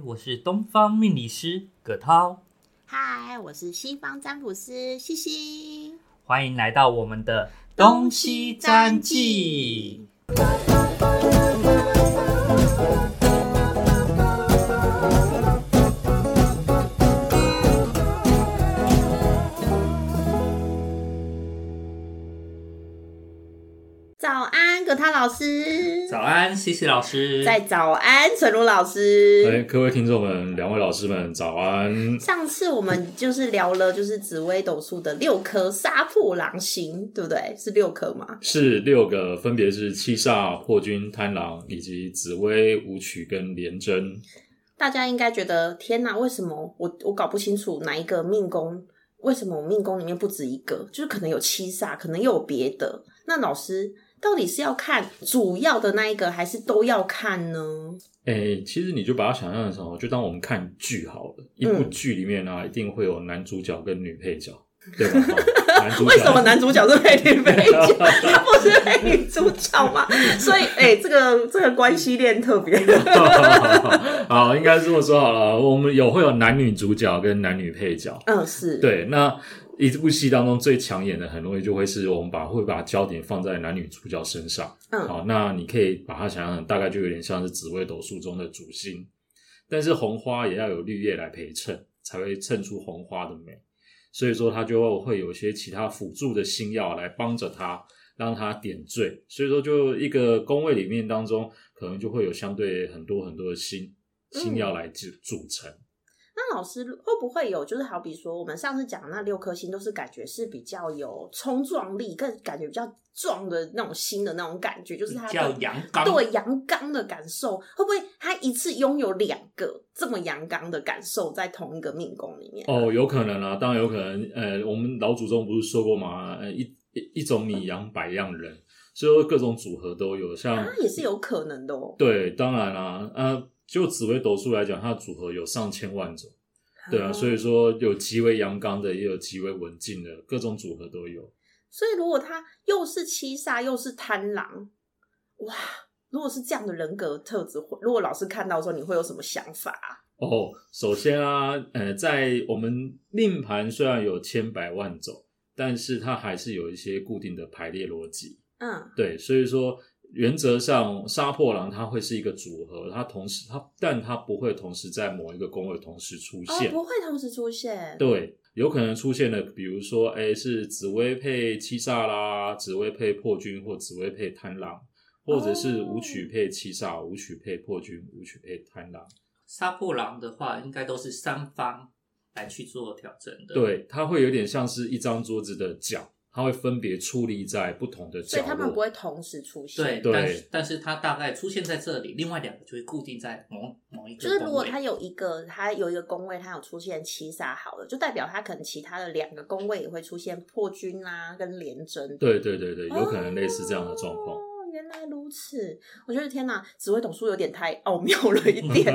我是东方命理师葛涛，嗨，我是西方占卜师西西。欢迎来到我们的东西占记。早安，葛涛老师。早安，西西老师。在早安，陈如老哎，师。各位听众们，两位老师们，早安！上次我们就是聊了，就是紫微斗数的六颗杀破狼星，对不对？是六颗吗？是六个，分别是七煞、破军、贪狼，以及紫薇、武曲跟廉贞。大家应该觉得天哪，为什么我我搞不清楚哪一个命宫？为什么我命宫里面不止一个？就是可能有七煞，可能又有别的。那老师到底是要看主要的那一个，还是都要看呢？哎，其实你就把它想象成哦，就当我们看剧好嗯了，一部剧里面啊，一定会有男主角跟女配角，对吧？哦男主角为什么男主角是配女配角？ 他不是配女主角吗？所以，哎、这个这个关系链特别。 好，应该这么说好了。我们有会有男女主角跟男女配角，嗯，是，，对，那一部戏当中最抢眼的，很容易就会是我们把会把焦点放在男女主角身上。嗯好，那你可以把它想象，大概就有点像是紫微斗数中的主星，但是红花也要有绿叶来陪衬，才会衬出红花的美。所以说，它就会有一些其他辅助的星耀来帮着它，让它点缀。所以说，就一个宫位里面当中，可能就会有相对很多很多的星星耀来组组成。那老师会不会有，就是好比说，我们上次讲的那六颗星，都是感觉是比较有冲撞力，更感觉比较壮的那种星的那种感觉，就是它叫对阳刚，对阳刚的感受，会不会他一次拥有两个这么阳刚的感受在同一个命宫里面？哦，有可能啊，当然有可能。呃，我们老祖宗不是说过嘛，呃，一一一种米养百样人，所以说各种组合都有。像、啊，也是有可能的哦。对，当然啦、呃，就紫微斗数来讲，它的组合有上千万种，对哦啊，所以说有极为阳刚的，也有极为文静的，各种组合都有。所以如果他又是七煞又是贪狼，哇！如果是这样的人格特质，会如果老师看到的时候，你会有什么想法啊？哦，首先啊，呃，在我们命盘虽然有千百万种，但是它还是有一些固定的排列逻辑。嗯，对，所以说原则上杀破狼它会是一个组合，它同时它但它不会同时在某一个宫位同时出哦，现，不会同时出现。对，有可能出现的，比如说哎是紫薇配七煞啦，紫薇配破军或紫薇配贪狼，或者是哦武曲配七煞，武曲配破军，武曲配贪狼，杀破狼的话，应该都是三方来去做调整的。，对，它会有点像是一张桌子的角，它会分别矗立在不同的所角以落，他们不会同时出对，现。对但是但是它大概出现在这里，另外两个就会固定在某某一个就是如宫果位他有一个，他有一个宫位，他有出现七煞，好了，就代表他可能其他的两个宫位也会出现破军啊，跟连贞。对对对对，有可能类似这样的状况。哦原来如此，我觉得天哪，紫微斗数有点太奥妙了一 点，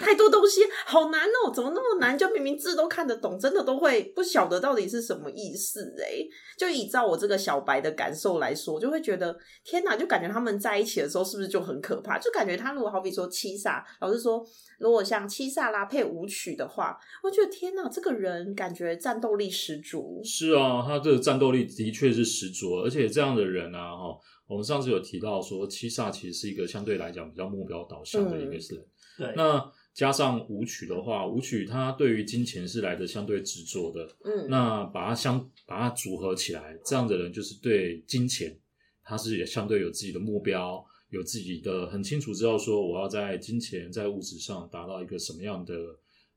太多东西，好难哦！怎么那么难？就明明字都看得懂，真的都会不晓得到底是什么意思哎、就依照我这个小白的感受来说，就会觉得天哪，就感觉他们在一起的时候是不是就很可怕？就感觉他如果好比说七煞，老师说如果像七煞啦配舞曲的话，我觉得天哪，这个人感觉战斗力十足。是啊，他这个战斗力的确是十足，哦而且这样的人啊，哈，我们上次有提到说，七煞其实是一个相对来讲比较目标导向的嗯一个人。对，那加上舞曲的话，舞曲他对于金钱是来的相对执着的，嗯，那把它相把它组合起来，这样的人就是对金钱，他是也相对有自己的目标，有自己的很清楚知道说我要在金钱在物质上达到一个什么样的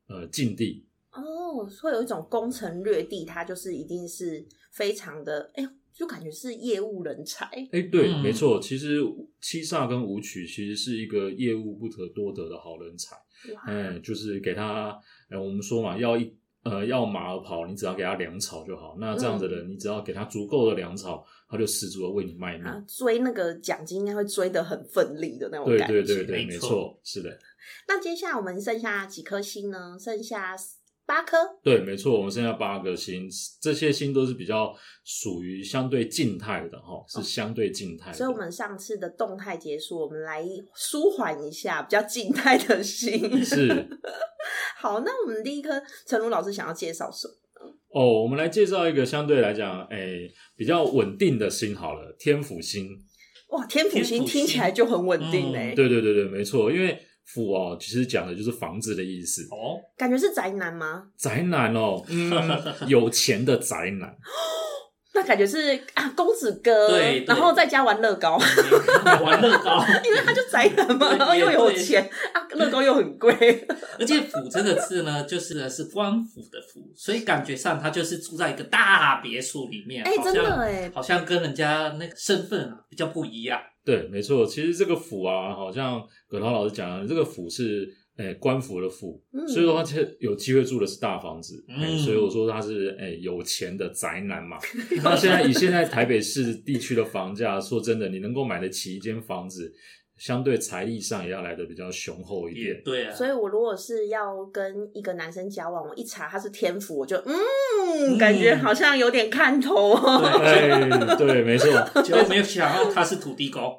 呃境地，哦，会有一种攻城略地，他就是一定是非常的，哎、呦，就感觉是业务人才。哎，对，嗯没错，其实七煞跟武曲其实是一个业务不可多得的好人才。哇，嗯，就是给他，呃，我们说嘛，要一呃要马儿跑，你只要给他粮草就好。那这样子的人，嗯你只要给他足够的粮草，他就十足的为你卖命。啊，追那个奖金应该会追得很奋力的那种对感觉。对对对，没没错错，是的。那接下来我们剩下几颗星呢？剩下八颗，对，没错，我们剩下八个星，这些星都是比较属于相对静态的哈，是相对静态的。哦所以我们上次的动态结束，我们来舒缓一下比较静态 的心。是好，那我们第一颗，陈如老师想要介绍什么？哦，我们来介绍一个相对来讲，诶、比较稳定的星好了，天府星。哇，天府天星府听起星来就很稳定嗯哎、对对对对，没错，因为府哦，其实讲的就是房子的意思。哦，感觉是宅男吗？宅男哦，嗯， 有钱的宅男，那感觉是啊，公子哥，对对然后在家玩乐高， 玩乐高， 因为他就宅男嘛，对然后又也有对钱啊，乐高又很贵，而且“府”这个字呢，就是呢是官府的“府”，所以感觉上他就是住在一个大别墅里面，哎、好真像的哎、好像跟人家那个身份啊比较不一样。对，没错。其实这个府啊，好像葛涛老师讲的，这个府是诶、官府的府，嗯所以说他其实有机会住的是大房子，嗯哎所以我说他是诶、有钱的宅男嘛。那现在以现在台北市地区的房价，说真的，你能够买得起一间房子，相对财力上也要来的比较雄厚一也点。对啊，所以，我如果是要跟一个男生交往，我一查他是天府，我就嗯，感觉好像有点看头哦，对，哎，对，没错。就没有想到他是土地公，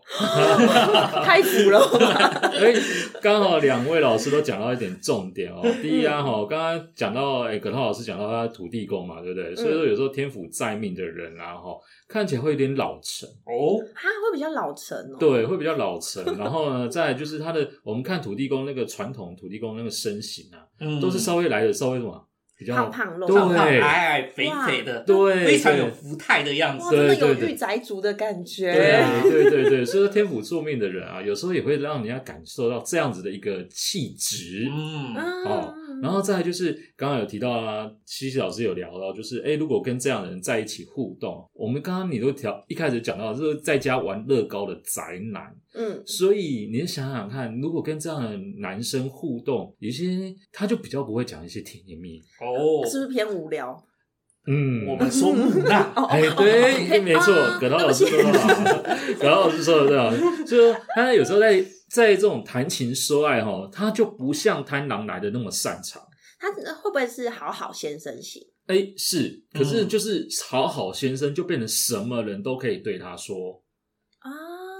太府了 吧？所以刚好两位老师都讲到一点重点 哦。第一啊，哈，刚刚讲到，哎、葛涛老师讲到他土地公嘛，对不嗯对？所以说有时候天府在命的人啊，哈，看起来会有点老成，哦，啊，会比较老成哦。，对，会比较老成。 然后呢，再来就是他的，我们看土地公那个传统土地公那个身形啊，嗯都是稍微来的稍微什么比较胖胖肉对胖胖矮矮肥肥的，对非常对有福态的样哇，子。真的对有对对御宅族的感对觉。啊，对对对，所以说天府坐命的人啊，有时候也会让人家感受到这样子的一个气质。嗯，嗯哦然后再来就是刚刚有提到啊，西西老师有聊到，就是哎，诶如果跟这样的人在一起互动，我们刚刚你都调一开始讲到，就是在家玩乐高的宅男，嗯，所以你想想看，如果跟这样的男生互动，有些他就比较不会讲一些甜言蜜语。哦，是不是偏无聊？嗯，我们说木讷，哦，哎，对，哦没错啊，葛涛老师对说不的起好，葛涛老师说的对啊，就是说他有时候在在这种谈情说爱哈，他就不像贪狼来的那么擅长。他会不会是好好先生型？哎，是，可是嗯就是好好先生就变成什么人都可以对他说，啊，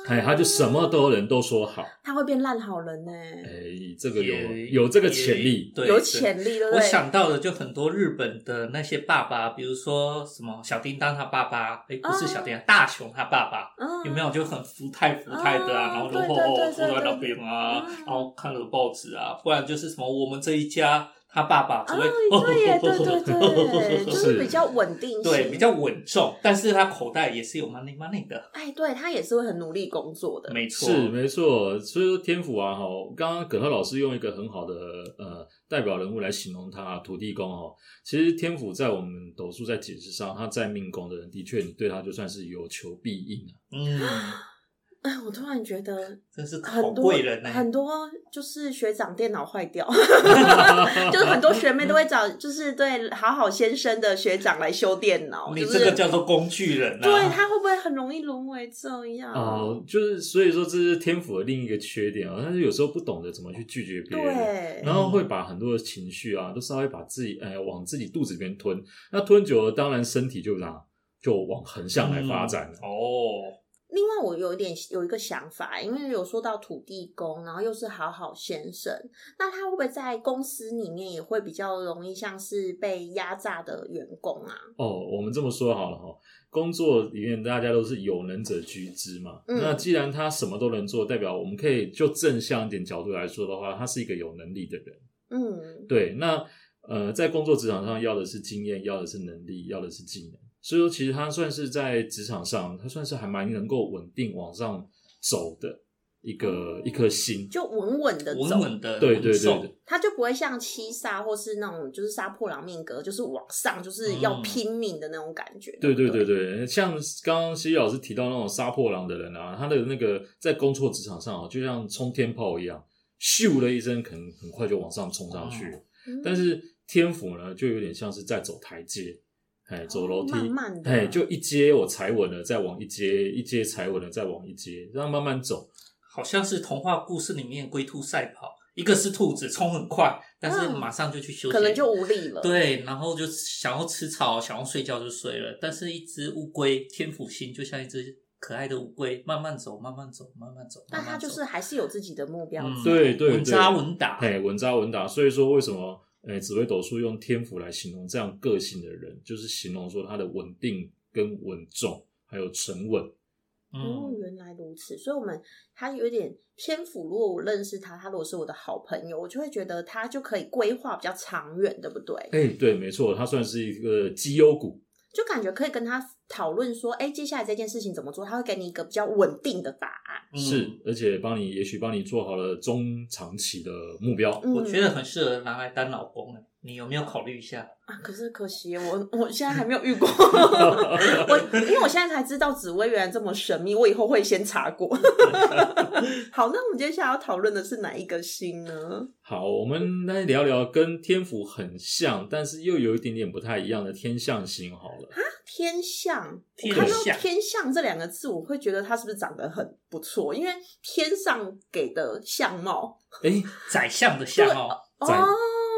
哎，他就什么都人都说好，他会变烂好人呢、哎， 这个有也有这个潜力也，对有对潜力，对不我对？想到的就很多日本的那些爸爸，比如说什么小叮当他爸爸，哎，不啊是小叮当，大雄他爸爸，嗯有没有就很福态福态的啊？啊然后就对吼对对吼对坐在那对边啊嗯，然后看了报纸啊，不然就是什么我们这一家他爸爸只啊，会对 耶，对对 对，就是是比较稳定型，对比较稳重，但是他口袋也是有 money money 的，哎，对他也是会很努力工作的，没错，是没错。所以说天府啊，哈，刚刚葛涛老师用一个很好的呃代表人物来形容他土地公哦。其实天府在我们斗数在解释上，他在命宫的人，的确你对他就算是有求必应啊。嗯，哎，我突然觉得真是好很多贵人呢、很多就是学长电脑 坏掉，就是很多学妹都会找就是对好好先生的学长来修电脑，你就这个是叫做工具人啊！对他会不会很容易沦为这样？哦、就是所以说这是天府的另一个缺点啊，但是有时候不懂得怎么去拒绝别人。对，然后会把很多的情绪啊，都稍微把自己呃往自己肚子里面吞。那吞久了，当然身体就让就往横向来发展了。嗯哦，另外，我有一点有一个想法，因为有说到土地公，然后又是好好先生，那他会不会在公司里面也会比较容易像是被压榨的员工啊？哦，我们这么说好了哈、工作里面大家都是有能者居之嘛。嗯那既然他什么都能做，代表我们可以就正向一点角度来说的话，他是一个有能力的人。嗯，对，那呃，在工作职场上要的是经验，要的是能力，要的是技能。所以说，其实他算是在职场上，他算是还蛮能够稳定往上走的一个一颗心。就稳稳的走，稳稳的，对对稳对重对，他就不会像七杀或是那种就是杀破狼命格，就是往上就是要嗯拼命的那种感觉。对对对不对，对，像刚刚西西老师提到那种杀破狼的人啊，他的那个在工作职场上啊，就像冲天炮一样，咻的一声，可能很快就往上冲上去。嗯但是天府呢，就有点像是在走台阶，哎，走楼梯，嗯慢慢的哎，就一阶我踩稳了，再往一阶，一阶踩稳了，再往一阶，这样慢慢走。好像是童话故事里面龟兔赛跑，一个是兔子冲很快，但是嗯马上就去休息，可能就无力了。，对，然后就想要吃草，想要睡觉就睡了。但是，一只乌龟天府星就像一只可爱的乌龟，慢慢走，慢慢走，慢慢走。但慢他慢走就是还是有自己的目标。嗯对对稳对扎稳打。嗯嘿，稳扎稳打。所以说，为什么诶紫微斗数用天府来形容这样个性的人，就是形容说他的稳定跟稳重，还有沉稳。哦，嗯，原来如此，所以我们他有点天府。如果我认识他，他如果是我的好朋友，我就会觉得他就可以规划比较长远，对不对？哎，对，没错，他算是一个绩优股。就感觉可以跟他讨论说，哎，接下来这件事情怎么做，他会给你一个比较稳定的答案。嗯是，而且帮你，也许帮你做好了中长期的目标。嗯，我觉得很适合拿来当老公欸你有没有考虑一下？啊，可是可惜我我现在还没有 遇过，我因为我现在才知道紫薇原来这么神秘，我以后会先 查过。好，那我们接下来要讨论的是哪一个星呢？好，我们来聊聊跟天府很像，但是又有一点点不太一样的天象星好了。天象，我天看到象“天象”这两个字，我会觉得它是不是长得很不错？因为天上给的相貌哎，宰相的相哦，哦，长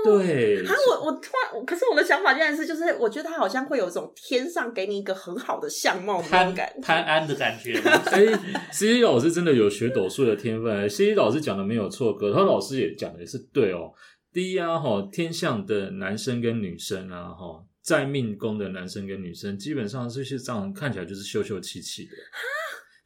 对，啊，我我突然，我可是我的想法竟然是，就是我觉得它好像会有一种天上给你一个很好的相貌的那潘种感觉。潘安的感 觉。哎，C C 老师真的有学斗数的天分，C 哎 C 老师讲的没有错，葛涛老师也讲的也是对哦。第一啊，哈，天象的男生跟女生啊，哈，在命宫的男生跟女生，基本上就是这样看起来就是秀秀气气的，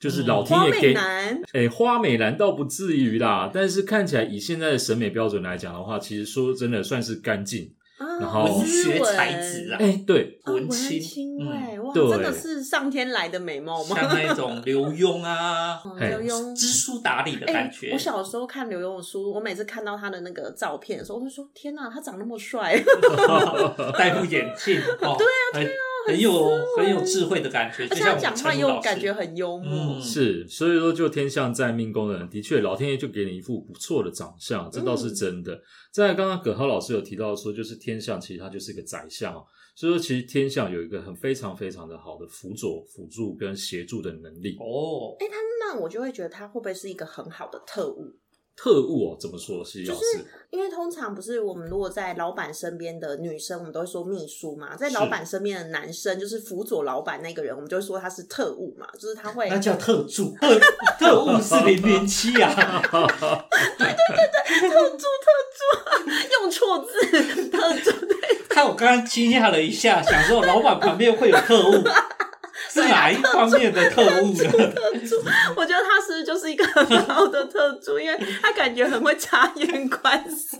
就是老天花爷美给，男，哎，花美男倒不至于啦，但是看起来以现在的审美标准来讲的话，其实说真的算是干净，啊然后斯文学才文子啊哎，对，啊文青青嗯哎，哇，对真的是上天来的美貌吗？像那种刘墉啊，嗯哎刘墉。哎知书达理的感觉。我小时候看刘墉的书，我每次看到他的那个照片的时候，我就说：“天哪，他长那么帅！”戴副眼镜 哦，对啊，对啊，很有很有智慧的感觉，啊 就而且像他我们讲陈话儒又老师感觉很幽默。嗯是，所以说就天象在命宫的人，的确老天爷就给你一副不错的长相，这倒嗯是真的。再来刚刚葛浩老师有提到说，就是天象其实它就是一个宰相哦，所以说其实天象有一个很非常非常的好的辅佐、辅助跟协助的能力。哦，那我就会觉得他会不会是一个很好的特务？特务哦，怎么说？西老就师、是因为通常不是我们如果在老板身边的女生，我们都会说秘书嘛；在老板身边的男生，就是辅佐老板那个人，我们就会说他是特务嘛，就是他会那 叫特助， 特特务是零零七 啊，用错 字，特助看我刚刚惊讶了一下，想说老板旁边会有特 务，是哪一方面的特务呢？特助， 我觉得他是不是就是一个很好的特助，因为他感觉很会察言观色。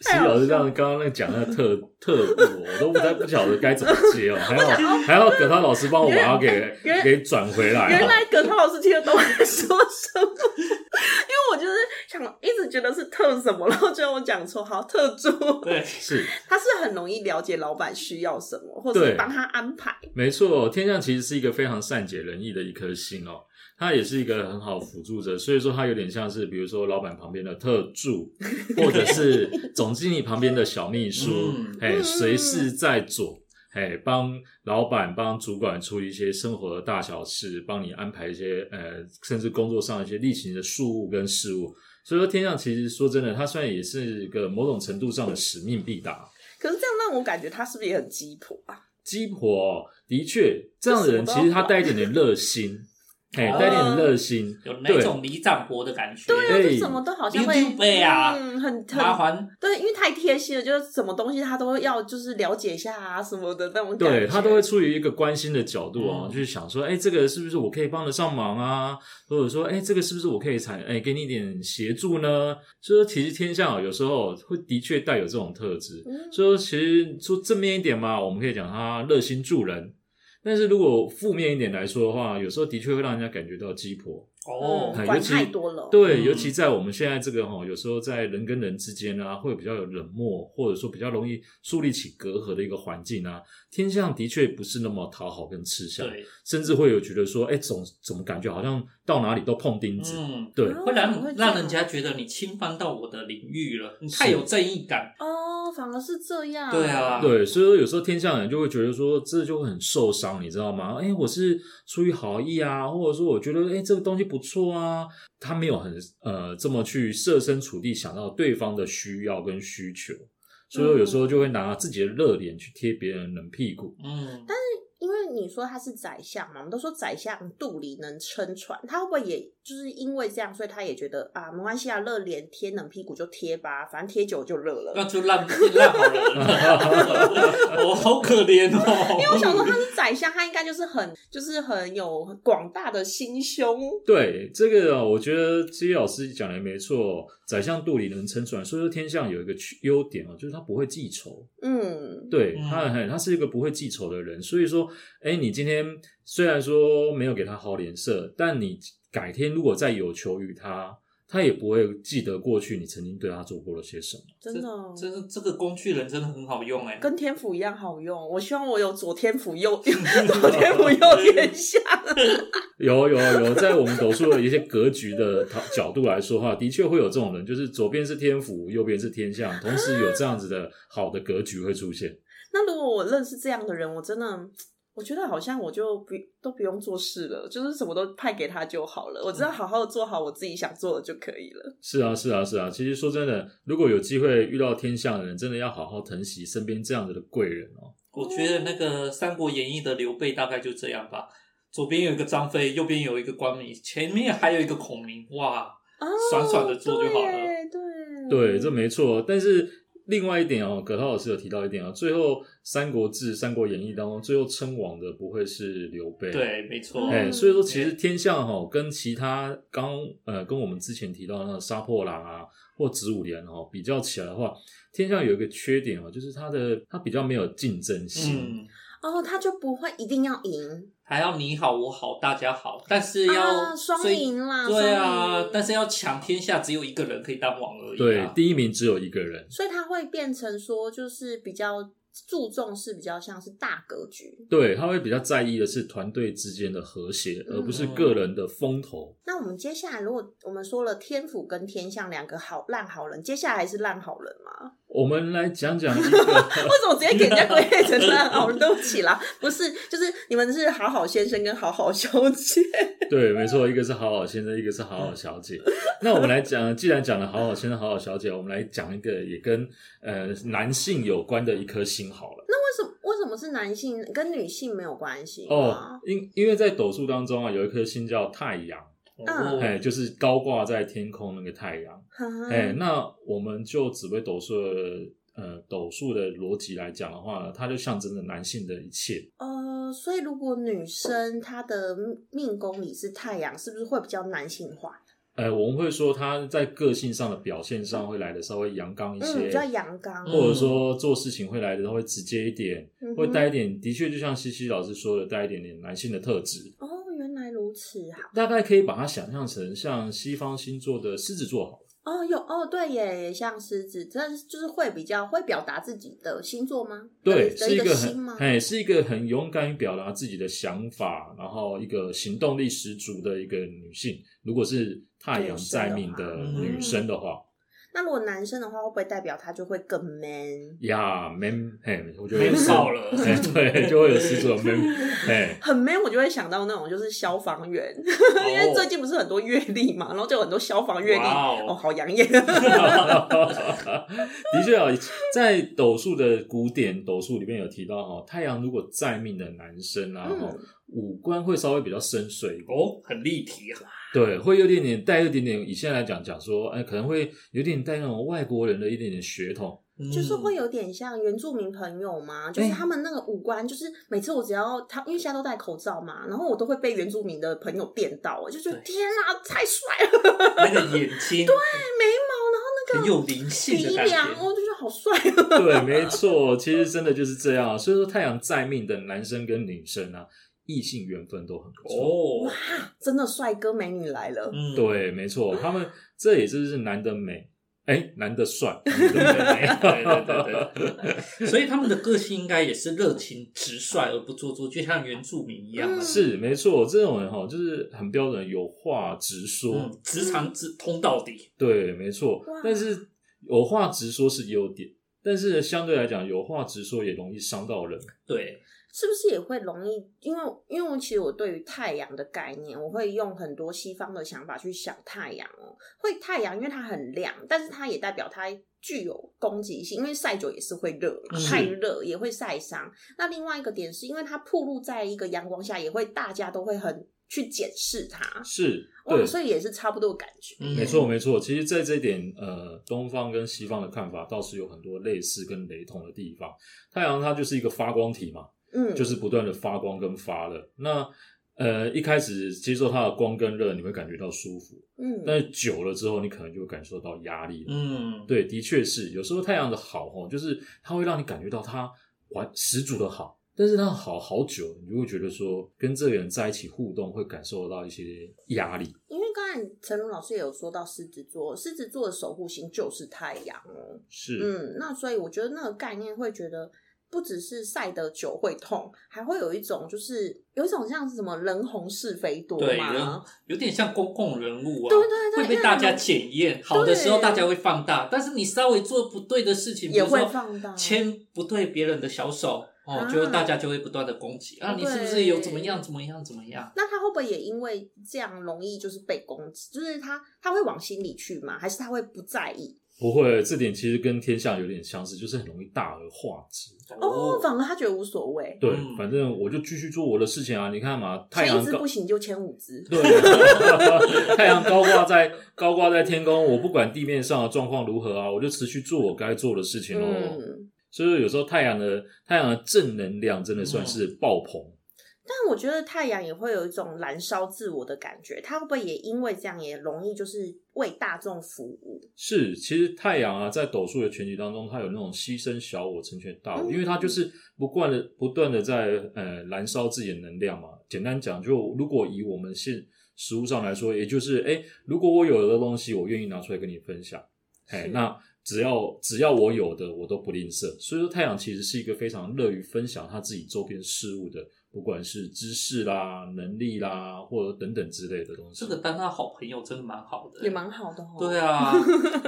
西老师让刚刚那个讲那个哎特特务哦，我都不太不晓得该怎么接哦，还要还要葛涛老师帮我把它给原来给转回来、哦。原来葛涛老师听得懂我在说什么，因为我就是想一直觉得是特什么，然后觉得我讲错，好特助，对，是他是很容易了解老板需要什么，或者对帮他安排。没错，天象其实是一个非常善解人意的一颗星哦，它也是一个很好辅助者，所以说它有点像是比如说老板旁边的特助，或者是总经理旁边的小秘书嗯，哎、嗯随侍在左。哎，帮老板、帮主管处理一些生活的大小事，帮你安排一些呃，甚至工作上一些例行的事务跟事务。所以说，天象其实说真的，它虽然也是一个某种程度上的使命必达，哦可是这样让我感觉他是不是也很鸡婆啊？鸡婆、哦，的确，这样的人其实他带一点点热心，哦哎，带一点点热心，有那种里长伯的感觉，对啊，哎就什么都好像你就背会啊嗯，很麻很烦对，因为太贴心了，就是什么东西他都要就是了解一下啊什么的那种感觉。对他都会出于一个关心的角度哦，嗯就是想说，哎，这个是不是我可以帮得上忙啊？或者说，哎，这个是不是我可以才哎给你一点协助呢？所以说，其实天下哦有时候会的确带有这种特质，嗯所以说其实说正面一点嘛，我们可以讲他热心助人。但是如果负面一点来说的话，有时候的确会让人家感觉到鸡婆，哦哎，嗯，尤管其太多了。对，嗯尤其在我们现在这个哈、有时候在人跟人之间啊，会比较有冷漠，或者说比较容易树立起隔阂的一个环境啊。天象的确不是那么讨好跟吃香，对，甚至会有觉得说，哎，总怎么感觉好像到哪里都碰钉子。嗯。对哦会会让这样让人家觉得你侵犯到我的领域了，你太有正义感，哦，哦，反而是这样。对啊对，所以说有时候天象人就会觉得说，这就会很受伤，你知道吗？哎，我是出于好意啊，或者说我觉得哎这个东西不错啊，他没有很呃这么去设身处地想到对方的需要跟需求，所以说有时候就会拿自己的热脸去贴别人的冷屁股。嗯，因为你说他是宰相嘛，我们都说宰相肚里能撑船，他会不会也就是因为这样，所以他也觉得啊，没关系啊，热脸贴冷屁股就贴吧，反正贴久就热了。那就 烂烂好 人，我好可怜哦。因为我想说他是宰相，他应该就是很 就是很有广大的心胸。对这个啊，我觉得这些老师讲的没错，哦宰相肚里能撑船，所以说天象有一个缺优点哦，就是他不会记仇。嗯，对嗯他很，他是一个不会记仇的人，所以说，哎，你今天虽然说没有给他好脸色，但你改天如果再有求于他，他也不会记得过去你曾经对他做过了些什么。真的哦真的，这个工具人真的很好用哎。跟天府一样好用。我希望我有左天府右 左天府右天下。有有有，在我们斗数的一些格局的讨角度来说的话，的确会有这种人，就是左边是天府，右边是天象，同时有这样子的好的格局会出现。那如果我认识这样的人，我真的。我觉得好像我就不都不用做事了，就是什么都派给他就好了。我嗯只要好好的做好我自己想做的就可以了。是啊，是啊，是啊。其实说真的，如果有机会遇到天象的人，真的要好好疼惜身边这样子的贵人哦。我觉得那个《三国演义》的刘备大概就这样吧，左边有一个张飞，右边有一个关羽，前面还有一个孔明，哇，哦，爽爽地做就好了对嗯对，这没错。但是另外一点哦，葛涛老师有提到一点哦，最后《三国志》《三国演义》当中，最后称王的不会是刘备。。对，没错，哎、嗯所以说其实天象哈、跟其他刚呃跟我们之前提到的那个杀破狼啊或子午连哦比较起来的话，天象有一个缺点哦，就是它的它比较没有竞争性。嗯，哦，他就不会一定要赢还要你好我好大家好，但是要啊，双追赢啦，对双啊赢，但是要抢天下，只有一个人可以当王而已、对啊。，，第一名只有一个人。所以他会变成说，就是比较注重是比较像是大格局。对，他会比较在意的是团队之间的和谐，而不嗯是个人的风头。那我们接下来，如果我们说了天府跟天象两个好烂好人，接下来是烂好人吗？我们来讲讲一个为什么直接给人家归类成烂好人？对不起啦，不是，就是你们是好好先生跟好好小姐。 对，没错，一个是好好先生，一个是好好小姐。那我们来讲，既然讲了好好先生、好好小姐，我们来讲一个也跟呃男性有关的一颗星好了。为什么为什么是男性跟女性没有关系？哦，，因因为在斗数当中啊，有一颗星叫太阳，哦嗯哎、就是高挂在天空那个太阳。哈哈哎、那我们就紫微斗数的呃斗数的逻辑来讲的话呢，它就象征着男性的一切。呃，所以如果女生她的命宫里是太阳，是不是会比较男性化？呃，我们会说他在个性上的表现上会来的稍微阳刚一嗯，些，比较阳刚，嗯或者说做事情会来的会直接一点，嗯会哼带一点，的确就像西西老师说的，带一点点男性的特质。哦，原来如此哈！大概可以把它想象成像西方星座的狮子座好了，哦，有哦，对耶，也像狮子，这就是会比较会表达自己的星座吗？对，的是一呃的个星很吗？哎，是一个很勇敢于表达自己的想法，然后一个行动力十足的一个女性。如果是太阳在命的女女生生的话，那如果男生的话，会不会代表他就会更 man，呀，man，哎，我觉得没有是 少了，哎，对，就会有狮子座 man，哎，很 man？我就会想到那种就是消防员，哦 因为最近不是很多阅历嘛，然后就有很多消防阅历，哇哦哦，好养眼。 的确啊，在斗数的古典斗数里面有提到哈，太阳如果在命的男生啊，嗯哈、五官会稍微比较深邃一点，哦，很立体啊，对，会有点点带有点点，以现在来讲讲说，哎、可能会有点带那种外国人的一点点血统， 嗯嗯就是会有有点像原住民朋友嘛，就是哎他们那个五官，就是每次我只要他，因为现在都戴口罩嘛，然后我都会被原住民的朋友电到，我就觉得对天啊，太帅了，那个眼睛，对，眉毛，然后那很个有灵性的啊鼻感梁，觉。哦我就觉得好帅啊。对，没错，其实真的就是这样啊。所以说，太阳在命的男生跟女生啊，异性缘分都很不错。哦， 真的帅哥美女来了，嗯，，对，没错，他们这也就是男的美，哎、男的帅，女的美对对对对， 所以他们的个性应该也是热情直率而不做作，就像原住民一样嘛。嗯是没错，这种人哈、就是很标准，有话直说。嗯，职场直通到底。对，没错哇。但是有话直说是优点，但是相对来讲，有话直说也容易伤到人。对，是不是也会容易？因为因为我其实我对于太阳的概念，我会用很多西方的想法去想太阳哦。会太阳，因为它很亮，但是它也代表它具有攻击性，因为晒久也是会热嘛，是太热也会晒伤。那另外一个点是因为它暴露在一个阳光下，也会大家都会很去检视它。是，对哦，，所以也是差不多的感觉。嗯没错没错。其实，在这一点，呃，东方跟西方的看法倒是有很多类似跟雷同的地方。太阳它就是一个发光体嘛，嗯，就是不断的发光跟发热。那呃，一开始接受它的光跟热，你会感觉到舒服，嗯，但是久了之后，你可能就会感受到压力了。嗯，对，的确是，有时候太阳的好哦，就是它会让你感觉到它完十足的好，但是它好好久，你就会觉得说跟这个人在一起互动会感受到一些压力。因为刚才陈龙老师也有说到狮子座，狮子座的守护星就是太阳哦。是，嗯，那所以我觉得那个概念会觉得，不只是晒得久会痛，还会有一种就是有一种像是什么人红是非多对人嘛，有点像公共人物啊，对对对，会被那大种家检验。好的时候大家会放大，但是你稍微做不对的事情，比也如会说放大，牵不对别人的小手，哦啊，哦就会大家就会不断的攻击啊，对你是不是有怎么样怎么样怎么样？那他会不会也因为这样容易就是被攻击？就是他他会往心里去吗？还是他会不在意？不会，这点其实跟天象有点相似，就是很容易大而化之。哦，反而他觉得无所谓，对，嗯反正我就继续做我的事情啊。你看嘛，太牵一阳只高不， 行就牵五只。对， 太阳高挂在高挂在天空，我不管地面上的状况如何啊，我就持续做我该做的事情喽。嗯，所以有时候太阳的太阳的正能量真的算是爆棚，但我觉得太阳也会有一种燃烧自我的感觉，它会不会也因为这样也容易就是为大众服务？是，其实太阳啊，在斗数的全集当中，它有那种牺牲小我成全大我，嗯因为它就是不断的不断的在呃燃烧自己的能量嘛。简单讲，就如果以我们现实物上来说，也就是哎，诶如果我有的东西，我愿意拿出来跟你分享，哎是，那只要只要我有的，我都不吝啬。所以说，太阳其实是一个非常乐于分享他自己周边事物的，不管是知识啦、能力啦，或者等等之类的东西。这个当他好朋友真的蛮好的，也蛮好的哦。对 啊，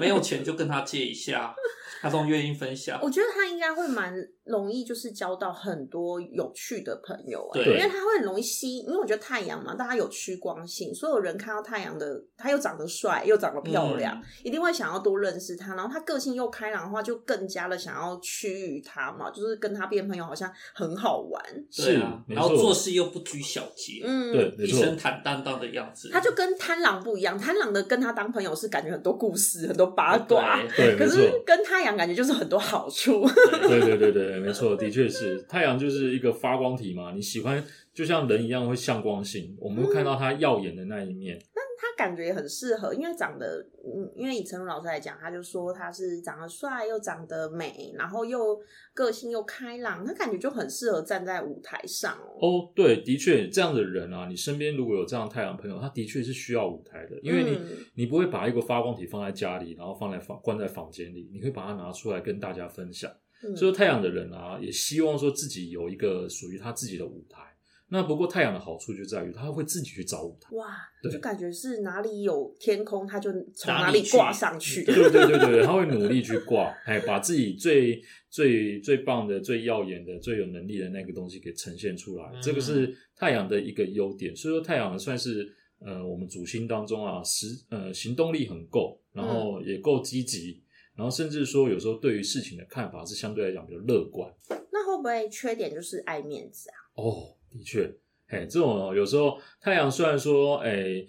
没有钱就跟他借一下，他都愿意分享。我觉得他应该会蛮容易，就是交到很多有趣的朋友、欸，对因为他会很容易吸，因为我觉得太阳嘛，大家有趋光性，所有人看到太阳的，他又长得帅，又长得漂嗯亮，嗯一定会想要多认识他。然后他个性又开朗的话，就更加的想要趋于他嘛，就是跟他变朋友好像很好玩。对是啊，没然后做错，事又不拘小节，嗯，对，没一错。身坦荡荡的样子，他就跟贪狼不一样，贪狼的跟他当朋友是感觉很多故事、很多哦八卦，对，没可错。是跟太阳感觉就是很多好处。对 对对对对，没错，的确是太阳就是一个发光体嘛，你喜欢就像人一样会向光性，我们会看到它耀眼的那一嗯面。他感觉也很适合，因为长得，嗯，因为以陈儒老师来讲，他就说他是长得帅又长得美，然后又个性又开朗，他感觉就很适合站在舞台上哦。哦，对，的确这样的人啊，你身边如果有这样的太阳朋友，他的确是需要舞台的，因为你、嗯你不会把一个发光体放在家里，然后放在房关在房间里，你会把它拿出来跟大家分享。嗯所以说太阳的人啊，也希望说自己有一个属于他自己的舞台。那不过太阳的好处就在于他会自己去找舞台。哇，对就感觉是哪里有天空，他就从哪哪里里挂去 上去。对对对对对，他会努力去挂，哎，把自己最最最棒的、最耀眼的、最有能力的那个东西给呈现出来，嗯这个是太阳的一个优点。所以说，太阳算是呃我们主星当中啊，实呃行动力很够，然后也够积极，然后甚至说有时候对于事情的看法是相对来讲比较乐观。那会不会缺点就是爱面子啊？哦，的确，哎，这种哦有时候太阳虽然说，哎，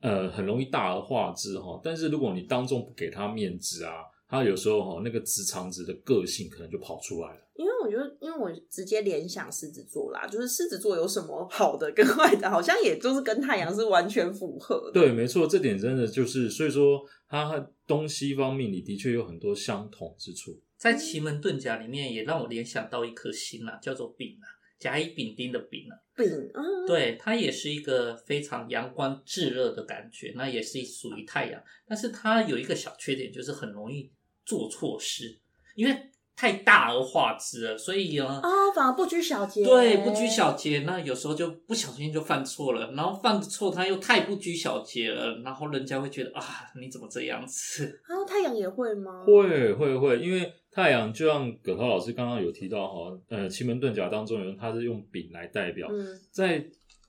呃，很容易大而化之哈，但是如果你当众不给他面子啊，他有时候哈那个直肠子的个性可能就跑出来了。因为我觉得，因为我直接联想狮子座啦，就是狮子座有什么好的跟坏的，好像也就是跟太阳是完全符合的。对，没错，这点真的就是，所以说它和东西方面你的确有很多相同之处。在奇门遁甲里面也让我联想到一颗星啊，叫做丙啊，甲乙丙丁的丙啊，饼，嗯，对，它也是一个非常阳光炙热的感觉，那也是属于太阳，但是它有一个小缺点，就是很容易做错事，因为太大而化之了，所以呢，哦，反而不拘小节，对不拘小节，那有时候就不小心就犯错了，然后犯错他又太不拘小节了，然后人家会觉得啊，你怎么这样子？啊，太阳也会吗？会会会，因为太阳就像葛涛老师刚刚有提到哈，呃，奇门遁甲当中有人他是用丙来代表，嗯，在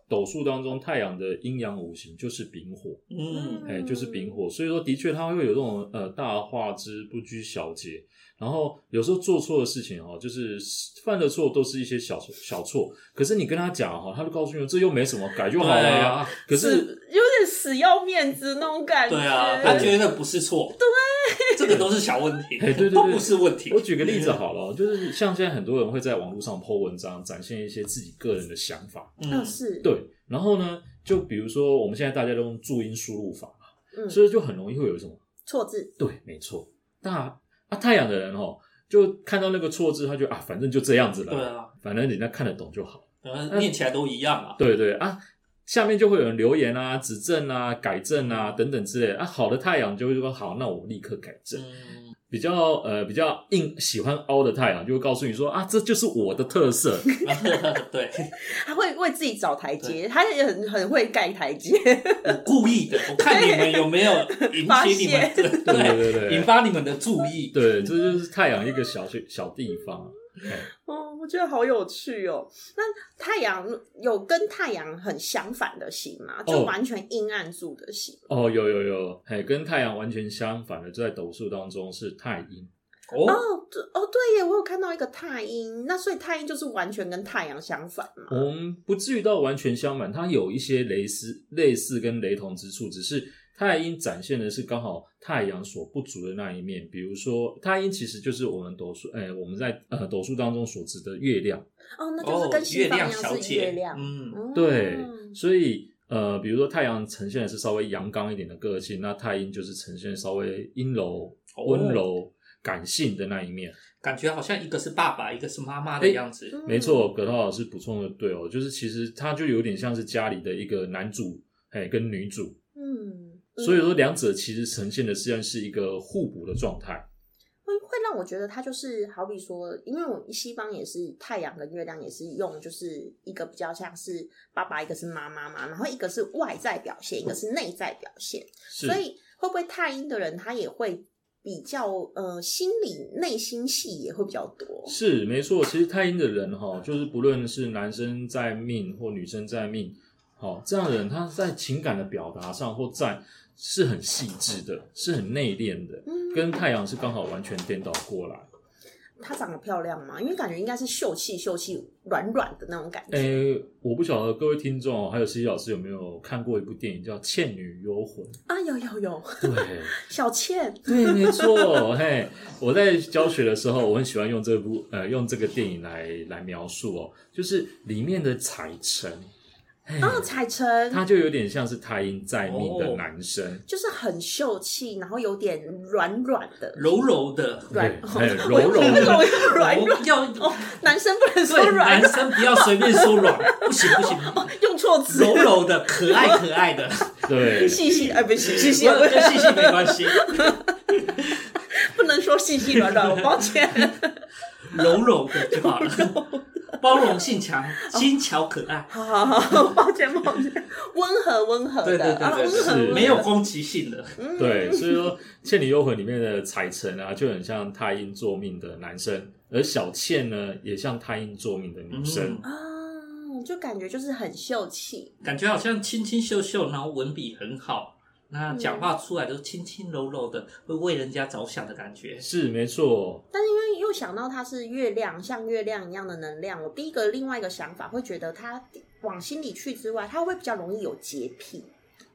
斗数当中，太阳的阴阳五行就是丙火，嗯，哎、就是丙火，所以说的确它会有这种呃大化之不拘小节，然后有时候做错的事情哦，就是犯的错都是一些小小错，可是你跟他讲哈、哦，他就告诉你这又没什么，改就好对了、啊，可死是有点死要面子那种感觉，对啊，他觉得不是错，对，这个都是小问题，哎 对对对都不是问题我。举个例子好了，哦就是像现在很多人会在网络上 Po 文章，展现一些自己个人的想法，嗯嗯，是，对，然后呢，就比如说我们现在大家都用注音输入法，嗯，所以就很容易会有什么错字，对，没错。那啊，太阳的人哦，就看到那个错字，他就啊，反正就这样子了，对啊，反正人家看得懂就好。然嗯后念起来都一样啊。对对啊，下面就会有人留言啊、指正啊、改正啊等等之类的啊。好的太阳就会说好，那我立刻改正。嗯， 比较呃比较硬喜欢凹的太阳就会告诉你说啊，这就是我的 特色。对，他会为自己找台阶，他也很很会盖台阶， 我故意的，我看你们有没有引发起你们泄的对对对引对发你们的注意。对，这就是太阳一个小小小地方。哦，我觉得好有趣哦。那太阳有跟太阳很相反的星吗？就哦完全阴暗住的星，哦，有有有，嘿，跟太阳完全相反的，就在斗数当中是太阴。哦，哦，对哦，对耶，我有看到一个太阴，那所以太阴就是完全跟太阳相反嘛。我们不至于到完全相反，它有一些类似、类似跟雷同之处，只是太阴展现的是刚好太阳所不足的那一面。比如说，太阴其实就是我们斗数，哎、我们在呃斗数当中所指的月亮。哦，那就是哦跟，月西方一亮样小是姐月，亮。嗯，哦对，所以呃，比如说太阳呈现的是稍微阳刚一点的个性，那太阴就是呈现稍微阴柔、温柔、感性的那一面。感觉好像一个是爸爸，一个是妈妈的哎样子。嗯没错，葛涛老师补充的对哦，就是其实他就有点像是家里的一个男主，哎，跟女主。嗯，所以嗯说，两者其实呈现的实际上是一个互补的状态。会会让我觉得它就是好比说，因为我西方也是太阳跟月亮也是用，就是一个比较像是爸爸，一个是妈妈嘛，然后一个是外在表现，一个是内在表现，是所以会不会太阴的人他也会比较呃心理内心戏也会比较多，是没错，其实太阴的人哈、就是不论是男生在命或女生在命，好、这样的人他在情感的表达上或在是很细致的，是很内敛的，嗯，跟太阳是刚好完全颠倒过来。她长得漂亮嘛，因为感觉应该是秀气秀气软软的那种感觉，诶，我不晓得各位听众哦还有西西老师有没有看过一部电影叫《倩女幽魂》？啊有有有，对。小倩，对，没错，嘿，我在教学的时候，我很喜欢用这部呃用这个电影来来描述哦，就是里面的彩晨，嘿，啊彩晨，他就有点像是太阴在命的男生，就是很秀气，然后有点软软的，柔柔的，软对很 我柔柔的为什么要软软？要男生不能说对软男哦软，生不要随便说 软，不行不行，用错词。柔柔的，可爱可爱 的，对，细细哎，不是细细细，我跟细细没关系， 不能说细细软 软，我抱歉。柔柔的就好了，包容性强，哦精巧可爱，好好好，抱歉抱歉，温和温和对对的，对啊，对温和是温和，没有攻击性的，嗯对，所以说《倩女幽魂》里面的彩晨啊，就很像太阴作命的男生，而小倩呢，也像太阴作命的女生嗯，，啊，就感觉就是很秀气，感觉好像清清秀秀，然后文笔很好，那嗯讲话出来都轻轻柔柔的，会为人家着想的感觉。是没错，但是因为又想到它是月亮，像月亮一样的能量，我第一个另外一个想法会觉得它往心里去之外，它会比较容易有洁癖。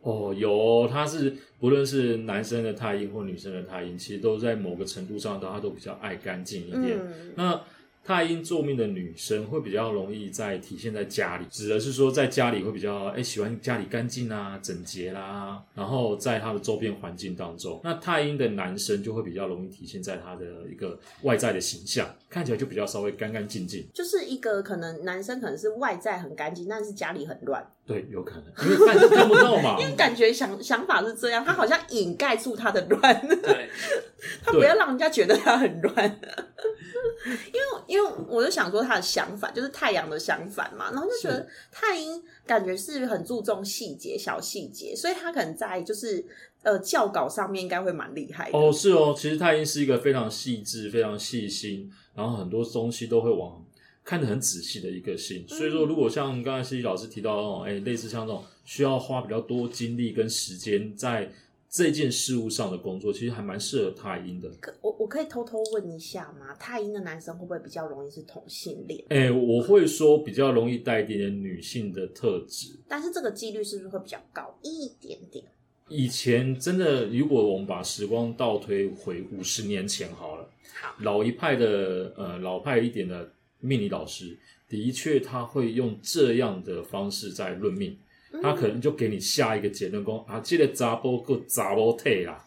哦，有哦他是不论是男生的太阴或女生的太阴，其实都在某个程度上，他都比较爱干净一点。嗯，那太阴作命的女生会比较容易在体现在家里，指的是说在家里会比较哎喜欢家里干净啊、整洁啦、然后在他的周边环境当中，那太阴的男生就会比较容易体现在他的一个外在的形象，看起来就比较稍微干干净净。就是一个可能男生可能是外在很干净，但是家里很乱。对，有可能，因为看看不到嘛。因为感觉想想法是这样，他好像掩盖住他的乱，对， 他不要让人家觉得他很乱。 因为因为我就想说他的相反就是太阳的相反嘛，然后就觉得太阴感觉是很注重细节、小细节，所以他可能在就是呃教稿上面应该会蛮厉害的。哦，是哦，其实太阴是一个非常细致、非常细心，然后很多东西都会往看得很仔细的一个星。所以说，如果像刚才西西老师提到的那种，哎，类似像这种需要花比较多精力跟时间在这件事物上的工作，其实还蛮适合太阴的。可我我可以偷偷问一下吗？太阴的男生会不会比较容易是同性恋？哎，我会说比较容易带一点点女性的特质。但是这个几率是不是会比较高一点点？以前真的，如果我们把时光倒推回五十年前好了，好老一派的呃老派一点的命理老师，的确他会用这样的方式在论命，嗯他可能就给你下一个结论，说啊，这个查波够查波退啦，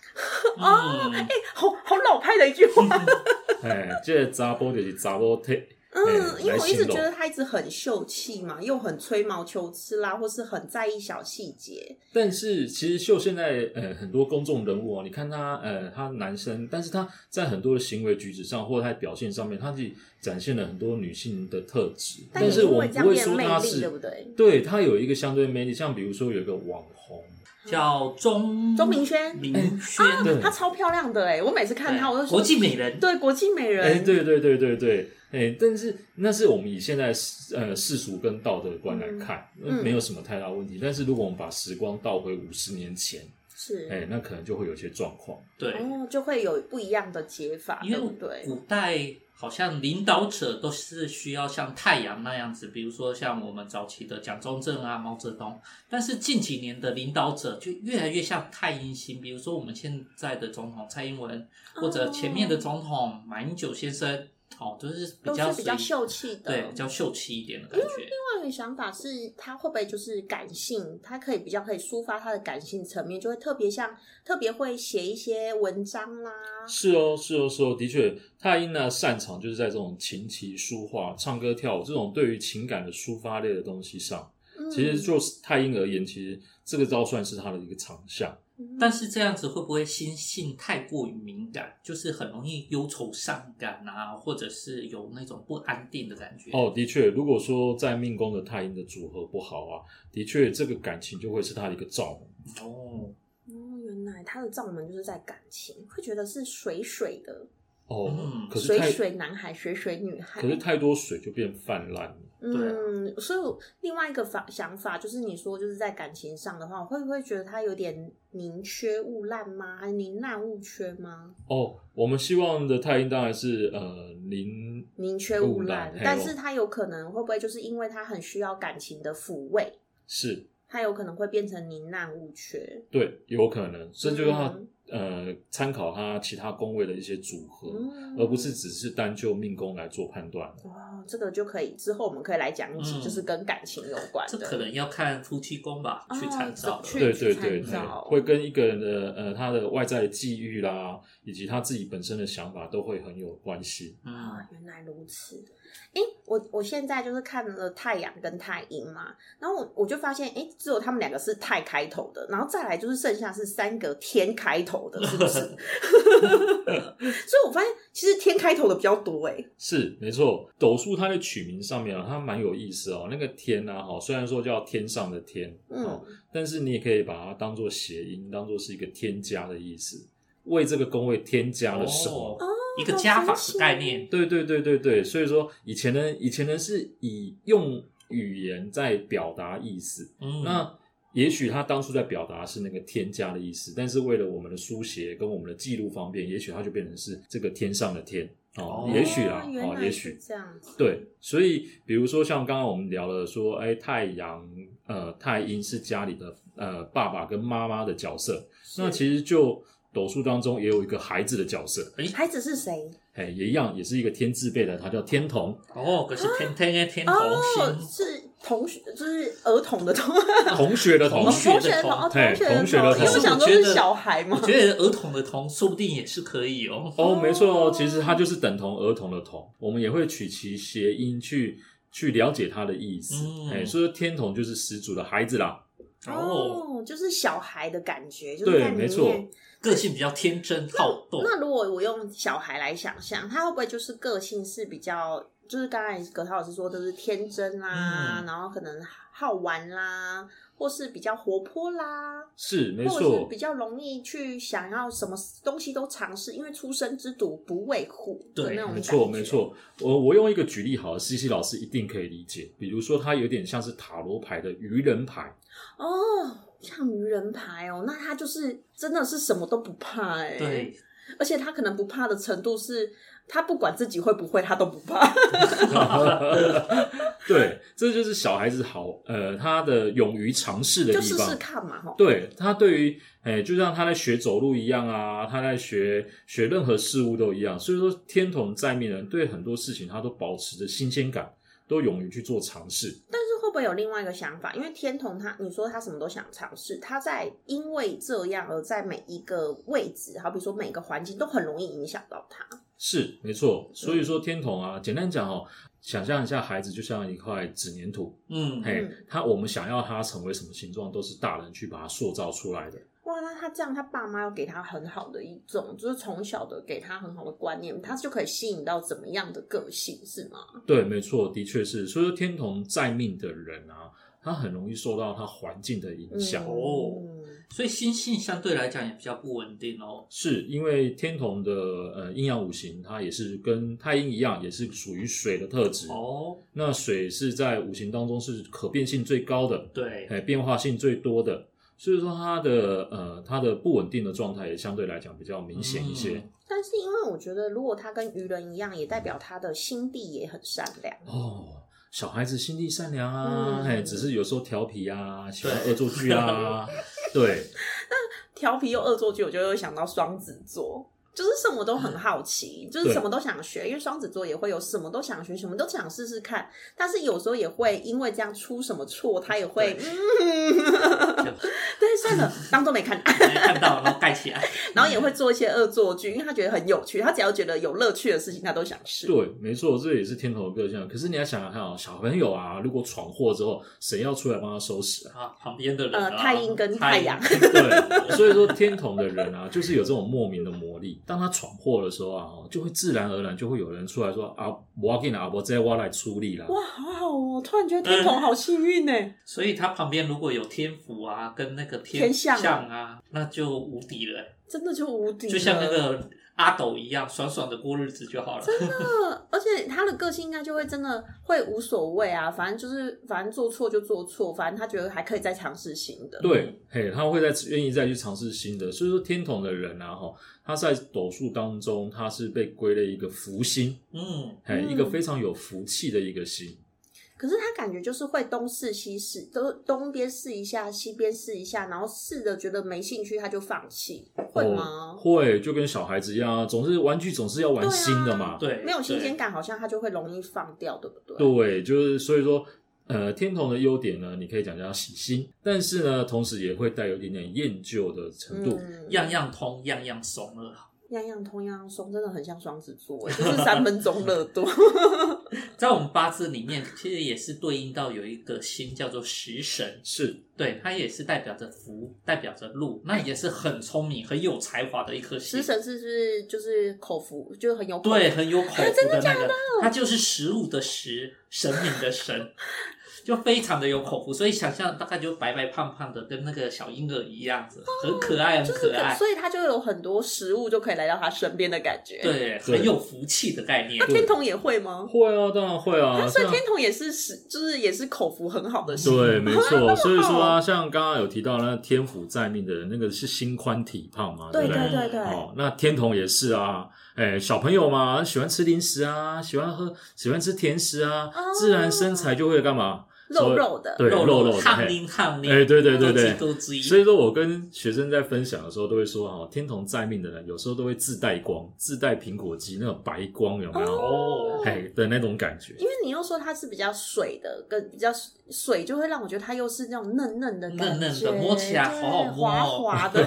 哦，哎、好好老派的一句话。哎，这个查波就是查波退，嗯，因为来我一直形觉容得他一直很秀气嘛，又很吹毛求疵啦，或是很在意小细节。但是其实秀现在呃很多公众人物啊，你看他呃他男生，但是他在很多的行为举止上或者他的表现上面，他自己展现了很多女性的特质，但是也因我为们这样不会变说魅他力，是对不对？对他有一个相对魅力，像比如说有一个网红，叫钟钟明轩明轩，啊对，她超漂亮的哎、我每次看她，我就对说国际美人，对国际美人，哎，对对对对对，哎，但是那是我们以现在世呃世俗跟道德观来看，呃嗯没有什么太大问题。但是如果我们把时光倒回五十年前，是、哎，那可能就会有一些状况。对，哦，就会有不一样的解法，因对不为对？古代好像领导者都是需要像太阳那样子，比如说像我们早期的蒋中正啊、毛泽东，但是近几年的领导者就越来越像太阴星，比如说我们现在的总统蔡英文，啊或者前面的总统马英九先生，哦，都是比都较是比较属于秀气的。对，比较秀气一点的感觉。另外一个想法是，他会不会就是感性？他可以比较可以抒发他的感性层面，就会特别像特别会写一些文章啊啦。是哦，是哦，是哦，的确，太阴呢擅长就是在这种琴棋书画、唱歌跳舞这种对于情感的抒发类的东西上。嗯其实就是太阴而言，其实这个招算是他的一个长项。嗯但是这样子会不会心性太过于敏感，就是很容易忧愁善感啊，或者是有那种不安定的感觉？哦，的确，如果说在命宫的太阴的组合不好啊，的确这个感情就会是他的一个罩门。哦，哦，原来他的罩门就是在感情，会觉得是水水的，哦，嗯可是水太水男孩，水水女孩。可是啊太多水就变泛滥了。对啊嗯，所以我另外一个法想法就是，你说就是在感情上的话，我会不会觉得他有点宁缺毋滥吗？还是宁滥勿缺吗？哦，我们希望的太阴当然是呃零宁缺毋毋滥滥，但嘿哦是他有可能会不会就是因为他很需要感情的抚慰，是他有可能会变成宁滥勿缺。对，有可能，这就要、嗯呃参考他其他宫位的一些组合，嗯，而不是只是单就命宫来做判断。哦，这个就可以之后我们可以来讲一集，嗯就是跟感情有关这的。可能要看夫妻宫吧，哦去参照这的。去对对对，参对照会跟一个人的呃他的外在的际遇啦，以及他自己本身的想法都会很有关系。嗯，啊，原来如此。诶，我我现在就是看了太阳跟太阴嘛，然后我我就发现，诶，只有他们两个是太开头的，然后再来就是剩下是三个天开头的，是不 是？所以我发现其实天开头的比较多诶，是没错，斗数它的取名上面啊，它蛮有意思哦。那个天啊，哈，虽然说叫天上的天，嗯哦，但是你也可以把它当做谐音，当做是一个添加的意思，为这个宫位添加了什么？哦一个加法好神奇的概念。对对对对对，所以说以前人以前人是以用语言在表达意思，嗯，那也许他当初在表达是那个添加的意思，但是为了我们的书写跟我们的记录方便，也许它就变成是这个天上的天哦哦，也许啊，原哦，来也是许这样子。对，所以比如说像刚刚我们聊了说，哎，太阳呃太阴是家里的呃爸爸跟妈妈的角色，那实其实就斗数当中也有一个孩子的角色，孩子是谁？哎，也一样，也是一个天字辈的，他叫天童，哦，可是天天天天哦同，心，是同学，就是儿童的同 同学的同同，学的学同哦，嘿学同学的可同，因为我是想我说觉是得小孩嘛我。觉得儿童的童说不定也是可以哦。哦，没错哦，其实它就是等同儿童的童，我们也会取其谐音去去了解它的意思。嗯哎、所以说天童就是始祖的孩子啦。哦，哦，就是小孩的感觉，就是在对，里没面错，个性比较天真好动，那如果我用小孩来想象，他会不会就是个性是比较，就是刚才葛涛老师说，就是天真啦，嗯然后可能好玩啦，或是比较活泼啦，是没或者是错比，较容易去想要什么东西都尝试，因为出生之犊不畏虎的对那种没感错，觉。没。错。我我用一个举例好了，西西老师一定可以理解。比如说，它有点像是塔罗牌的愚人牌， 哦，像愚人牌哦，那他就是真的是什么都不怕哎、对，而且他可能不怕的程度是，他不管自己会不会，他都不怕。对，这就是小孩子好，呃，他的勇于尝试的就地试方。试看嘛，哈。对他对于，哎、就像他在学走路一样啊，他在学学任何事物都一样。所以说，天童在命人对很多事情他都保持着新鲜感，都勇于去做尝试。但是会不会有另外一个想法？因为天童他，你说他什么都想尝试，他在因为这样而在每一个位置，好比说每个环境都很容易影响到他。是没错，所以说天童啊，简单讲哦，想象一下，孩子就像一块纸粘土，嗯，嘿嗯，他我们想要他成为什么形状，都是大人去把它塑造出来的。哇，那他这样，他爸妈要给他很好的一种，就是从小的给他很好的观念，他就可以吸引到怎么样的个性，是吗？嗯对，没错，的确是。所以说天童在命的人啊，他很容易受到他环境的影响。嗯哦所以心性相对来讲也比较不稳定哦。是因为天童的呃阴阳五行，它也是跟太阴一样，也是属于水的特质。哦，那水是在五行当中是可变性最高的，对，哎，变化性最多的，所以说它的呃它的不稳定的状态也相对来讲比较明显一些。嗯但是因为我觉得，如果他跟愚人一样，也代表他的心地也很善良。嗯哦，小孩子心地善良啊，嗯哎，只是有时候调皮啊，喜欢对恶作 剧啊，对，调皮又恶作剧，我就会想到双子座，就是什么都嗯很好奇，就是什么都想学，因为双子座也会有什么都想学，什么都想试试看，但是有时候也会因为这样出什么错，他也会嗯， 对，算了，当做没看， 没看到，然后盖起来。然后也会做一些恶作剧，因为他觉得很有趣，他只要觉得有乐趣的事情，他都想试。对，没错，这也是天头的个性。可是你要想想看啊、小朋友啊，如果闯祸之后，谁要出来帮他收拾啊？啊，旁边的人、啊，呃，太阴跟太阳，对， 所以说天童的人啊，就是有这种莫名的魔力。当他闯祸的时候啊，哦就会自然而然就会有人出来说啊，我要给你啊，我这我来出力啦。哇，好好哦！突然觉得嗯天童好幸运呢、所以他旁边如果有天府啊，跟那个天象象啊，那就无敌了，真的就无敌了，就像那个阿斗一样，爽爽的过日子就好了。呃，而且他的个性应该就会真的会无所谓啊，反正就是反正做错就做错，反正他觉得还可以再尝试新的。对，嘿，他会再愿意再去尝试新的。所以说天童的人啊，哈，他在斗数当中，他是被归类一个福星，嗯，嘿，嗯一个非常有福气的一个星。可是他感觉就是会东试西试，都东边试一下，西边试一下，然后试的觉得没兴趣，他就放弃，会哦吗？会，就跟小孩子一样啊，总是玩具总是要玩对啊新的嘛。对，没有新对鲜感，好像他就会容易放掉，对不对？对，就是所以说，呃，天童的优点呢，你可以讲叫喜新，但是呢，同时也会带有一点点厌旧的程度。嗯，样样通，样样怂 了。样样通样样松，真的很像双子座欸，就是三分钟热度。 在我们八字里面，其实也是对应到有一个星叫做食神，是对，它也是代表着福，代表着禄，那也是很聪明、很有才华的一颗星食。神是不是就是口福，就是很有口福对，很有口啊福的那个，它就是食物的食，神明的神，就非常的有口福，所以想象大概就白白胖胖的，跟那个小婴儿一样子，很可爱，很哦就是可爱，所以他就有很多食物就可以来到他身边的感觉。，对，很有福气的概念那。天童也会吗？会啊，当然会啊，啊所以像天童也是食，就是也是口福很好的食物。对，没错。所以说啊，像刚刚有提到那天府在命的人，那个是心宽体胖嘛，对不对？对对对，哦，那天童也是啊，哎，小朋友嘛，喜欢吃零食啊，喜欢喝，喜欢吃甜食啊，哦自然身材就会干嘛？肉肉的，对肉肉肉的肉的汗嘿淋汗淋，哎对对对对基督之一，所以说我跟学生在分享的时候，都会说哦，天童在命的人有时候都会自带光，自带苹果肌那种白光，有没有？哦，哎、的那种感觉。因为你又说它是比较水的，跟比较水，就会让我觉得它又是那种嫩嫩的感觉，嫩嫩的摸起来对好好摸滑哦滑 的。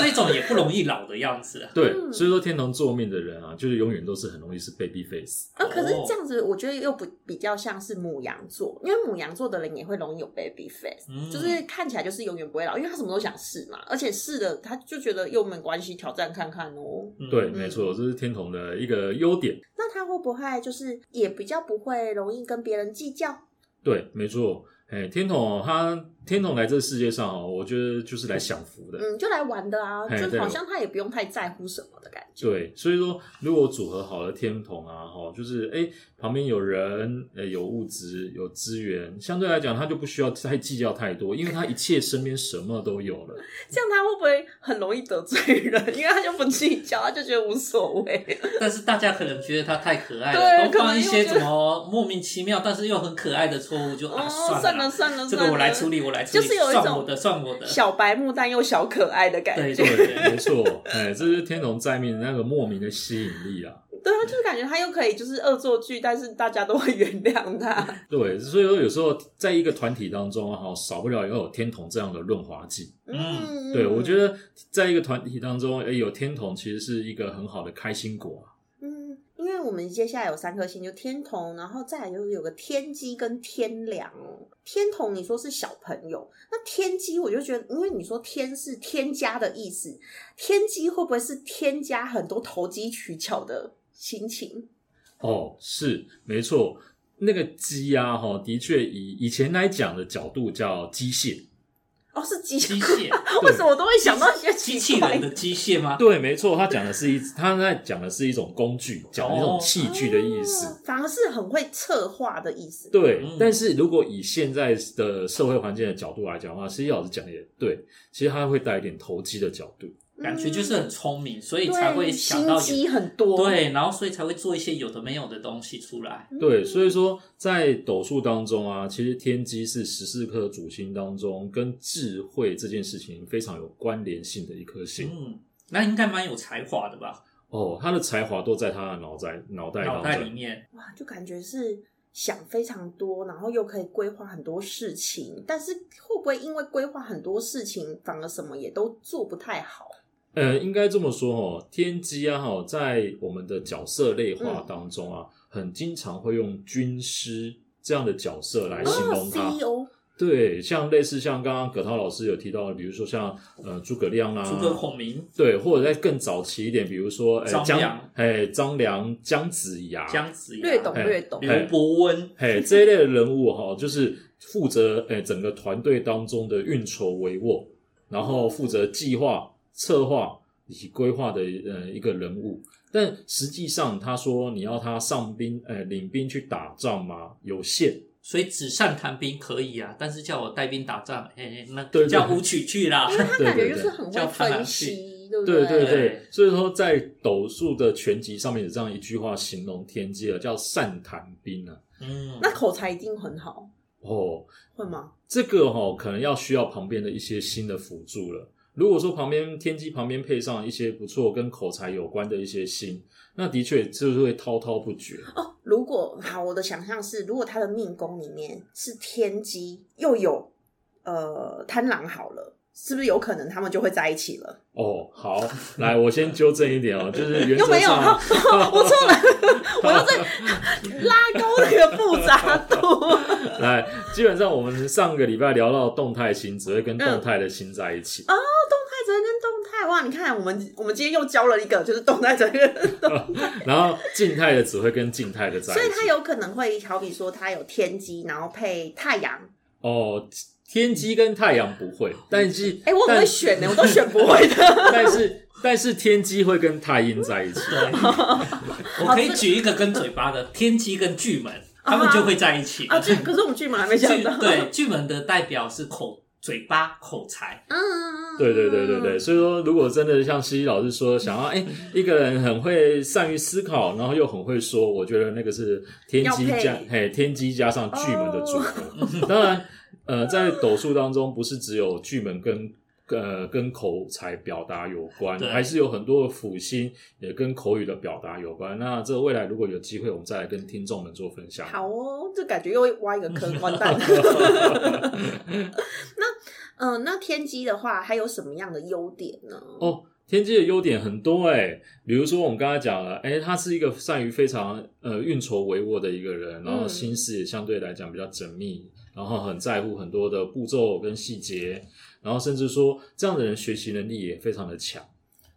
这种也不容易老的样子啊。对，嗯所以说天童做面的人啊，就是永远都是很容易是 baby face。嗯，可是哦这样子，我觉得又不比较像是母羊座，因为母羊座的人也会容易有 baby face，、嗯就是看起来就是永远不会老，因为他什么都想试嘛，而且试了他就觉得又没关系，挑战看看哦。对，嗯没错，这是天童的一个优点。那他会不会就是也比较不会容易跟别人计较？对，没错。哎、天童哦他天童来这世界上哦，我觉得就是来享福的。嗯，就来玩的啊，嘿就对好像他也不用太在乎什么的感觉。对，所以说如果组合好了天童啊，哈，就是哎旁边有人，呃有物质，有资源，相对来讲他就不需要太计较太多，因为他一切身边什么都有了。这样他会不会很容易得罪人？因为他就不计较，他就觉得无所谓。但是大家可能觉得他太可爱了，对都放一可能些又觉怎得么莫名其妙，但是又很可爱的错误，就啊哦，算算了啦，算了，这算个了我来处理，我来处理，就是有一算种我的，算我的。小白目但又小可爱的感对 觉。对对，没错，哎，这是天童在面那个莫名的吸引力啊。对啊，就是感觉他又可以就是恶作剧，但是大家都会原谅他。对，所以说有时候在一个团体当中啊哈，少不了要有天童这样的润滑剂。嗯对，我觉得，得在一个团体当中，哎，有天童其实是一个很好的开心果啊。嗯，因为我们接下来有三颗星，就天同，然后再来就是有个天机跟天良哦。天同你说是小朋友，那天机我就觉得，因为你说天是添加的意思，天机会不会是添加很多投机取巧的心情？哦，是没错，那个鸡啊，哈，的确以以前来讲的角度叫机械，哦，是机机械， 为什么我都会想到一些机奇器怪嗯人的机械吗？对，没错，他讲的是一，他在讲的是一种工具，讲的一种哦器具的意思。哦反而是很会策划的意思。对嗯，但是如果以现在的社会环境的角度来讲的话，其实老师讲得也对，其实他会带一点投机的角度。感觉就是很聪明，所以嗯对，才会想到心有机很多。对，然后所以才会做一些有的没有的东西出来。嗯，对，所以说在斗数当中啊，其实天机是十四颗主星当中跟智慧这件事情非常有关联性的一颗星。嗯，那应该蛮有才华的吧？哦，他的才华都在他的脑袋脑袋脑当袋里中。面，哇，就感觉是想非常多，然后又可以规划很多事情，但是会不会因为规划很多事情，反而什么也都做不太好？呃，应该这么说哦，天机啊，哈，在我们的角色类化当中啊，很经常会用军师这样的角色来形哦容他。 ，CEO，对，像类似像刚刚葛涛老师有提到的，比如说像呃诸葛亮啊，诸葛孔明、对，或者在更早期一点，比如说哎张姜良哎张良、姜子牙、姜子牙、略懂略懂。刘伯温， 哎这一类的人物哈、就是负责哎整个团队当中的运筹帷幄，然后负责计划、策划以及规划的呃一个人物。但实际上，他说你要他上兵，呃，领兵去打仗吗？有限。所以纸上谈兵可以啊，但是叫我带兵打仗，哎、那对对叫舞曲去 啦。因为他对感觉对就是对很会叫他分拿析，对不对对对对，所以说在斗数的全集上面有这样一句话形容天机啊了，叫善谈兵啊。嗯，那口才一定很好，哦，会吗？这个哈、哦、可能要需要旁边的一些新的辅助了。如果说旁边天机旁边配上一些不错跟口才有关的一些星，那的确就是会滔滔不绝。哦，如果好，我的想象是，如果他的命宫里面是天机，又有呃贪狼，好了，是不是有可能他们就会在一起了？哦，好，来我先纠正一 点哦，就是原又则没有，上好， 我错 了，我又在拉高那个复杂 度。来，基本上我们上个礼拜聊到动态星，只会跟动态的星在一起。哦太哲跟动态哇，你看我们我们今天又教了一个，就是动态哲跟 动态，然后静态的只会跟静态的在一起。所以他有可能会好比说他有天机，然后配太阳。哦，天机跟太阳不会，但是 哎、我很但会选呢、我都选不会 的。但是但是天机会跟太阴在一起。 对，我可以举一个跟嘴巴的天机跟巨门，他们就会在一起。啊 啊，这可是我们剧本还没巨想到。对巨门的代表是口嘴巴、口 才。嗯嗯，嗯对对对对对，，所以说如果真的像西西老师说，想要 哎、一个人很会善于思考，然后又很会说，我觉得那个是天机要配哦加嘿天机加上巨门的组合。 当然，呃，在斗数当中，不是只有巨门跟呃跟口才表达有关，对还是有很多的辅星也跟口语的表达有关。那这个未来如果有机会，我们再来跟听众们做分享。好哦，这感觉又挖一个坑，完 蛋了。那嗯，那天机的话还有什么样的优点呢？哦，天机的优点很多哎、比如说我们刚才讲了，哎、他是一个善于非常呃运筹帷幄的一个人，然后嗯心思也相对来讲比较缜密，然后很在乎很多的步骤跟细节，然后甚至说这样的人学习能力也非常的强。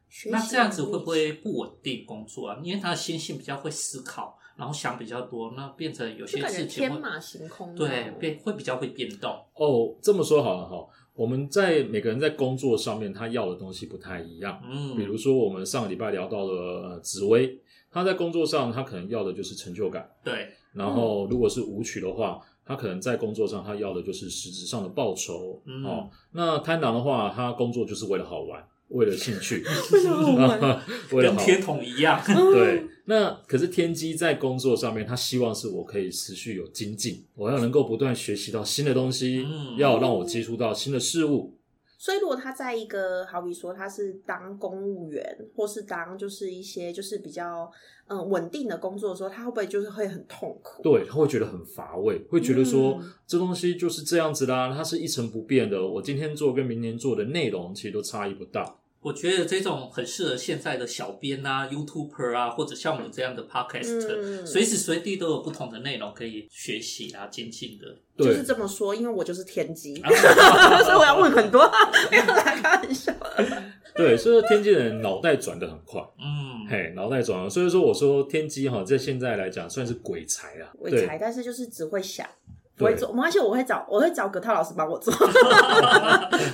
学习那这样子能会力不会不稳定工作啊？因为他的心性比较会思考，然后想比较多，那变成有就些感觉事情天会马行空？啊对 变会比较会变动。哦，这么说好了哈，我们在每个人在工作上面他要的东西不太一样，嗯，比如说我们上个礼拜聊到了呃紫薇，他在工作上他可能要的就是成就感。对，嗯然后如果是舞曲的话，他可能在工作上他要的就是实质上的报酬、嗯哦。那贪婪的话，他工作就是为了好玩，为了兴趣， 为什么 好嗯玩？为了跟好天童一样。对。那可是天机在工作上面，他希望是我可以持续有精进，我要能够不断学习到新的东西，嗯要让我接触到新的事物。所以，如果他在一个好比说他是当公务员，或是当就是一些就是比较嗯稳定的工作的时候，他会不会就是会很痛苦？对，他会觉得很乏味，会觉得说、嗯这东西就是这样子啦，它是一成不变的。我今天做跟明天做的内容其实都差异不大。我觉得这种很适合现在的小编啊、YouTuber 啊，或者像我们这样的 Podcast，、嗯，随时随地都有不同的内容可以学习啊、精进的。对，就是这么说，因为我就是天机，啊 所以我要问 很多，没有啦，开玩笑。对，所以说天机的人脑袋转得很快，嗯，嘿，脑袋转了。所以说我说天机哈，在现在来讲算是鬼才啊，我对才，但是就是只会想，不对会做。没关系，我会找我会找葛涛老师帮我做。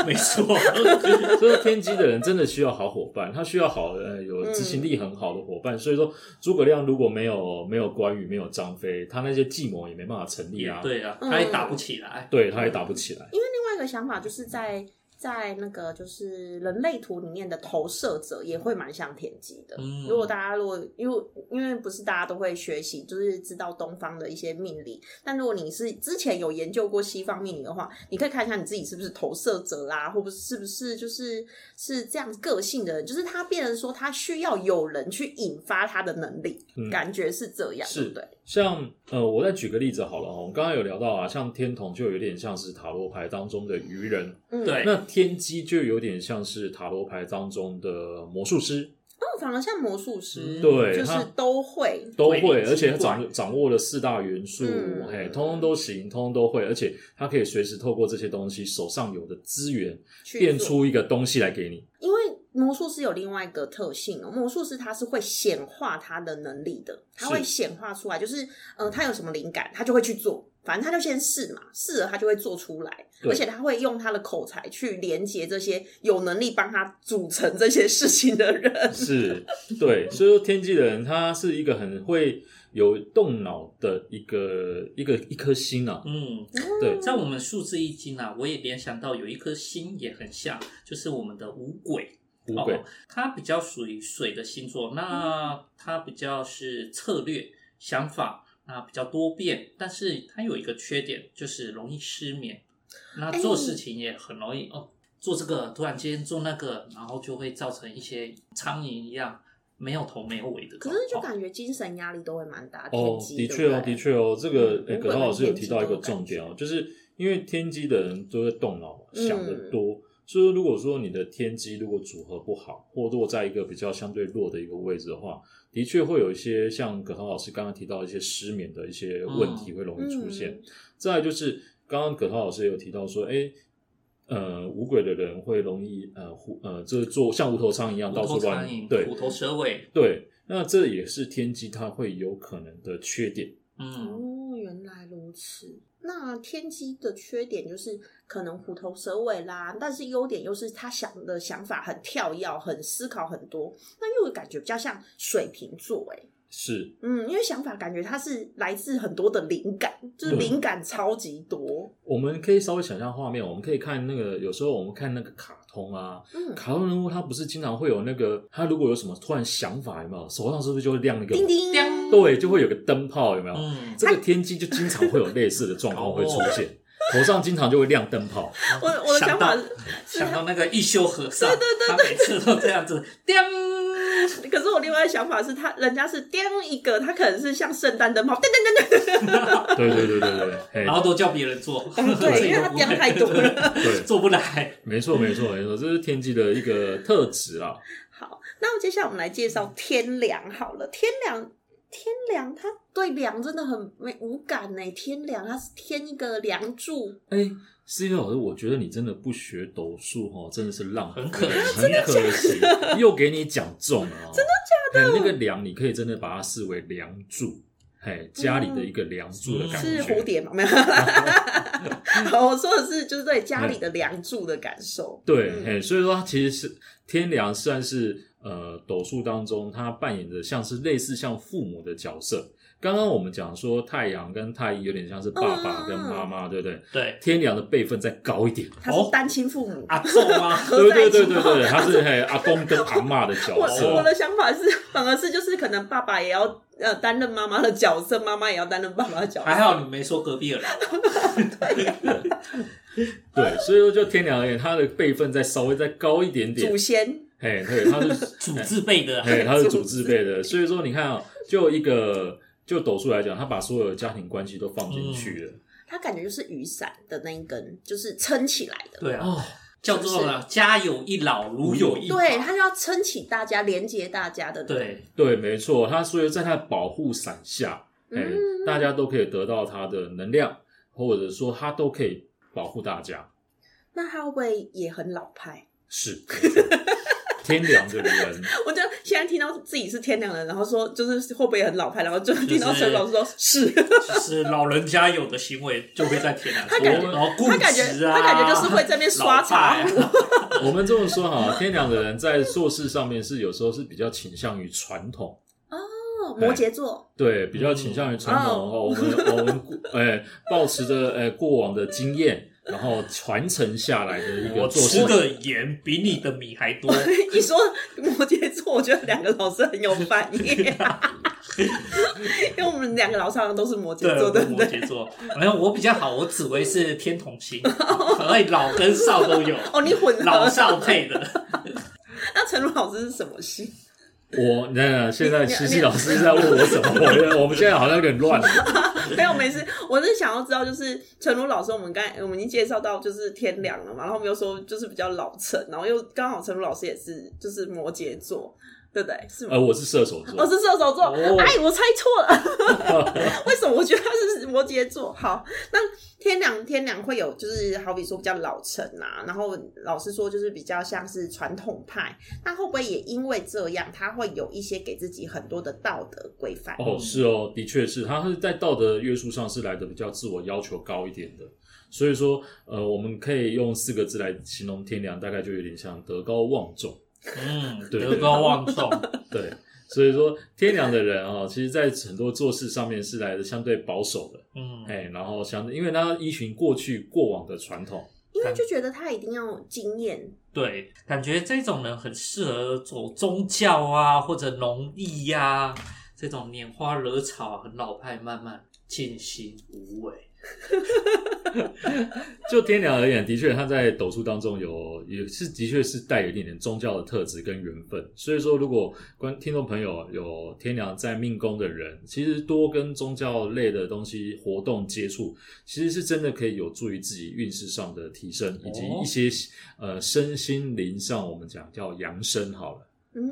没错， 所以说天机的人真的需要好伙伴，他需要好呃有执行力很好的伙伴。所以说诸葛亮如果没有没有关羽，没有张飞，他那些计谋也没办法成立也啊，对啊，嗯他也打不起来。对，他也打不起来。另外一个想法就是在在那个就是人类图里面的投射者也会蛮像田鸡的。嗯如果大家如果因为因为不是大家都会学习，就是知道东方的一些命理，但如果你是之前有研究过西方命理的话，你可以看一下你自己是不是投射者啦，或不是是不是就是是这样个性的人，就是他变成说他需要有人去引发他的能力，嗯感觉是这样，是对不对？像呃，我再举个例子好了哈，我们刚刚有聊到啊，像天童就有点像是塔罗牌当中的愚人，嗯，对那天机就有点像是塔罗牌当中的魔术师。哦，反而像魔术师，嗯对就是他都会，都鬼会，灵而且他精怪掌掌握了四大元素，嗯嘿，通通都行，通通都会，而且他可以随时透过这些东西手上有的资源，去变做出一个东西 来给你。因为魔术师有另外一个特性哦，魔术师他是会显化他的能力的，他是会显化出来，就是呃，他有什么灵感，他就会去做，反正他就先试嘛，试了他就会做出来，对而且他会用他的口才去连接这些有能力帮他组成这些事情的人。是，对，所以说天机的人，他是一个很会有动脑的一个一个一颗心哦啊。嗯， 对在我们数字易经啊，我也联想到有一颗星也很像，就是我们的五鬼。五鬼哦，它比较属于水的星座，那它比较是策略、想法，那比较多变，但是它有一个缺点，就是容易失眠。那做事情也很容易、哦，做这个突然间做那个，然后就会造成一些苍蝇一样没有头没有尾的可状况。是就感觉精神压力都会蛮大，哦天，机的对确不哦，对的确哦，这个嗯诶，五葛鬼浩老跟师有天提机到一都个有重感点哦，觉就是因为天机的人都在动脑嘛，嗯想得多，所以说如果说你的天机如果组合不好，或落在一个比较相对弱的一个位置的话，的确会有一些像葛涛老师刚刚提到一些失眠的一些问题会容易出现。嗯再来就是刚刚葛涛老师也有提到说，哎。呃，五鬼的人会容易呃胡呃，就是做像无头苍蝇一样到虎处头乱苍蝇，对虎头蛇尾，对，那这也是天机它会有可能的缺点。嗯，哦，原来如此。那天机的缺点就是可能虎头蛇尾啦，但是优点又是他想的想法很跳跃，很思考很多。那又感觉比较像水瓶座哎、是嗯，因为想法感觉它是来自很多的灵感，就是对灵感超级多。我们可以稍微想象画面，我们可以看那个，有时候我们看那个卡通啊，嗯，卡通人物他不是经常会有那个，他如果有什么突然想法，有没有？手上是不是就会亮一个？叮叮，叮对，就会有个灯泡，有没有？嗯，这个天机就经常会有类似的状况会出哦现，头上经常就会亮灯泡。我我的想想法到是想到那个一休和尚，对对对他每次都这样子，叮，可是我另外的想法是他，人家是叮一个，他可能是像圣诞灯泡，叮叮叮叮，对对对对对，然哎，后都叫别人做，自对，己因为都他不叮会太多了。对，做不来。没错没错没错，这是天机的一个特质啦。好，那接下来我们来介嗯绍天凉好了，天凉。天凉，他对凉真的很没无感呢、天凉，他是添一个梁柱，哎，C 老师，我觉得你真的不学斗数哦，真的是浪费，很可惜很可惜，又给你讲中了、哦，真的假的？那个梁，你可以真的把它视为梁柱，嘿，家里的一个梁柱的感觉，是蝴蝶 吗？没 有啦。好，我说的是就是对家里的梁柱的感受。对，嗯嘿，所以说它其实是天梁，算是呃斗数当中它扮演的像是类似像父母的角色。刚刚我们讲说太阳跟太阴有点像是爸爸跟妈妈，对不对？对，天梁的辈分再高一点，他是单亲父母，阿仲 啊，合对在一对起哦对吗对哦对，他是嘿阿公跟阿嬷的角 我色我，的想法是，反而是就是可能爸爸也要呃担任妈妈的角色，妈妈也要担任爸爸的角色。还好你没说隔壁的人，对，所以说就天良而言，他的辈分再稍微再高一点点祖，先，嘿，对，他是 主字辈的啊，嘿，他是主字辈的，所以说你看啊、就一个就斗数来讲，他把所有的家庭关系都放进去了，他感觉就是雨伞的那一根，就是撑起来的。对啊，哦，叫做呢家有一老，如有一宝对，他就要撑起大家，连接大家的。，对，对，没错，他所以在他的保护伞下，哎、嗯大家都可以得到他的能量，或者说他都可以保护大家，那他会不会也很老派？是天良的人。 我就现在听到自己是天良人，然后说就是会不会也很老派，然后就听到就是陈老师说是，就是老人家有的行为就会在天南 他说，感觉然后固他感觉执啊，他感觉就是会在那边刷茶老派啊 我们这么说哈，天良的人在做事上面是有时候是比较倾向于传统，哦摩羯座，对，比较倾向于传统的话，我们我们过 哎，保持着哎过往的经验，然后传承下来的一个我做吃事。的盐比你的米还 多，一说摩羯座，我觉得两个老师很有反 应，因为我们两个老师好像都是摩羯对，座，我对不摩对？羯座，没有我比较好，我紫薇是天同 星，所以老跟少都有，哦，你混合老少配的。 那陈儒老师是什么星？我那现在你西西老师在问我什么？我觉得我们现在好像有点乱了。 没有，没事。我是想要知道，就是陈儒老师，我们刚才我们已经介绍到就是天凉了嘛，然后我们又说就是比较老成，然后又刚好陈儒老师也是就是摩羯座，对不对？是吗？呃，我是射手我座，是射手座，哦哎，我猜错了，为什么？我觉得他是摩羯座。好，那天凉天凉会有，就是好比说比较老成啊，然后老师说就是比较像是传统派，那会不会也因为这样，他会有一些给自己很多的道德规范？哦，是哦，的确是，他是在道德约束上是来的比较自我要求高一点的。所以说，呃，我们可以用四个字来形容天良，大概就有点像德高望重。嗯，对德高望重，对，所以说天良的人哦，其实在很多做事上面是来的相对保守的，嗯，哎，然后相因为他依循过去过往的传统，因为就觉得他一定要有经验，对，感觉这种人很适合走宗教啊，或者农艺呀、这种拈花惹草啊、很老派，慢慢尽心无为。就天良而言，的确他在斗数当中有也是的确是带有一点点宗教的特质跟缘分，所以说如果观听众朋友有天良在命宫的人，其实多跟宗教类的东西活动接触，其实是真的可以有助于自己运势上的提升，以及一些、呃身心灵上我们讲叫扬升好了。嗯，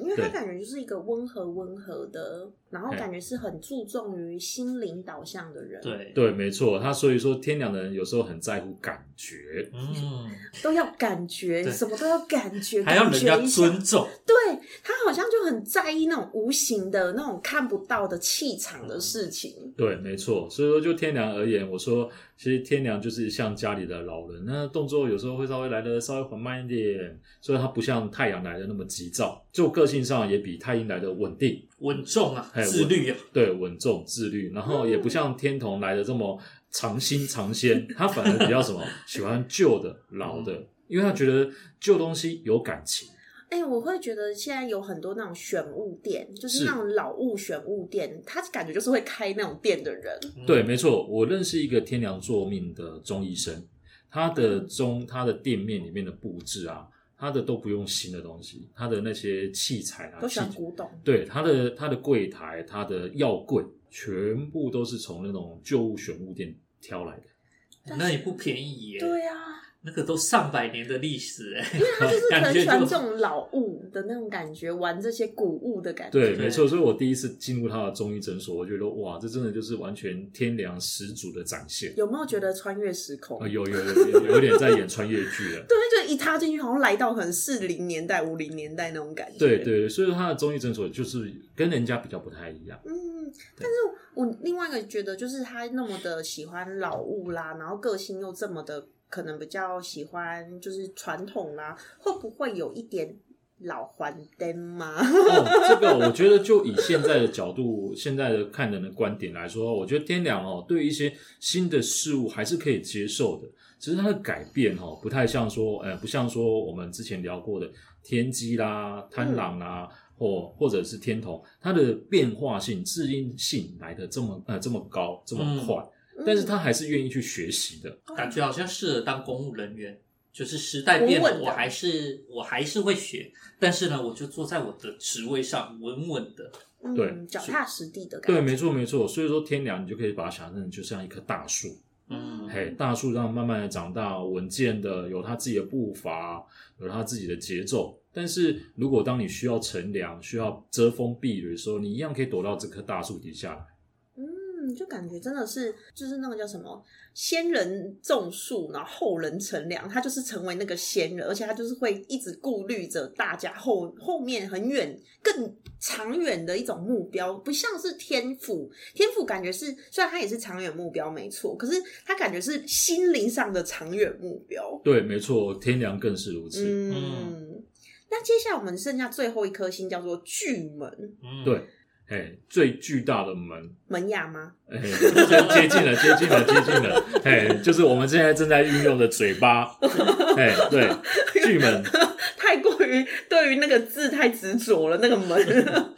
因为他对感觉就是一个温和温和的，然后嘿感觉是很注重于心灵导向的人，，对，对，没错，他所以说天良的人有时候很在乎感觉，嗯，都要感觉，对什么都要感觉，还要感人觉家一下尊重，对他好像就很在意那种无形的那种看不到的气场嗯的事情，对，没错。所以说就天良而言，我说其实天良就是像家里的老人，那动作有时候会稍微来的稍微缓慢一点，所以他不像太阳来的那么急躁，少就个性上也比太阴来的稳定，稳重啊，嘿自律啊，对，稳重、自律，然后也不像天童来的这么尝新尝鲜，他反而比较什么喜欢旧的、老的，因为他觉得旧东西有感情。哎、我会觉得现在有很多那种选物店，就是是那种老物选物店，他感觉就是会开那种店的人。嗯对，没错，我认识一个天良作命的中医生，他的中他的店面里面的布置啊，他的都不用新的东西，他的那些器材啊，都喜欢器古董，对他的他的柜台、他的药柜，全部都是从那种旧物选物店挑来的。那也不便宜耶，对啊，那个都上百年的历史哎，因为他就是可 能感觉喜欢就这种老物的那种感觉，玩这些古物的感觉。对，对没错。所以我第一次进入他的中医诊所，我觉得哇，这真的就是完全天良十足的展现。有没有觉得穿越时空？啊，有有有有有点在演穿越剧了。 对，就一踏进去，好像来到可能四零年代、五零年代那种感觉。对，对，所以他的中医诊所就是跟人家比较不太一样。嗯。但是我另外一个觉得，就是他那么的喜欢老物啦，然后个性又这么的，可能比较喜欢就是传统啦，会不会有一点老还灯吗？哦，这个我觉得就以现在的角度、现在的看人的观点来说，我觉得天良哦，对于一些新的事物还是可以接受的，只是它的改变哦，不太像说，呃，不像说我们之前聊过的天机啦、贪狼啦，或或者是天童，它的变化性、适应性来的这么呃这么高、这么快，但是他还是愿意去学习的。啊嗯感觉好像适合当公务人员。就是时代变稳了，稳的我还是我还是会学，但是呢，我就坐在我的职位上，稳稳的。嗯，对嗯脚踏实地的感觉。对，没错没错，所以说天良你就可以把它想象成就像一棵大树，嗯，嘿，大树让慢慢的长大，稳健的有它自己的步伐，有它自己的节奏。但是如果当你需要乘凉、需要遮风避雨的时候，你一样可以躲到这棵大树底下来。嗯，就感觉真的是，就是那个叫什么，先人种树，然后后人乘凉，他就是成为那个先人，而且他就是会一直顾虑着大家后后面很远、更长远的一种目标，不像是天赋，天赋感觉是虽然他也是长远目标没错，可是他感觉是心灵上的长远目标。对，没错，天凉更是如此。嗯，那接下来我们剩下最后一颗星叫做巨门嗯对，嘿，最巨大的门。门牙吗？ 哎，接近了，接近了，接近了！哎，就是我们现在正在运用的嘴巴，哎，对，巨门，太过于对于那个字太执着了，那个门。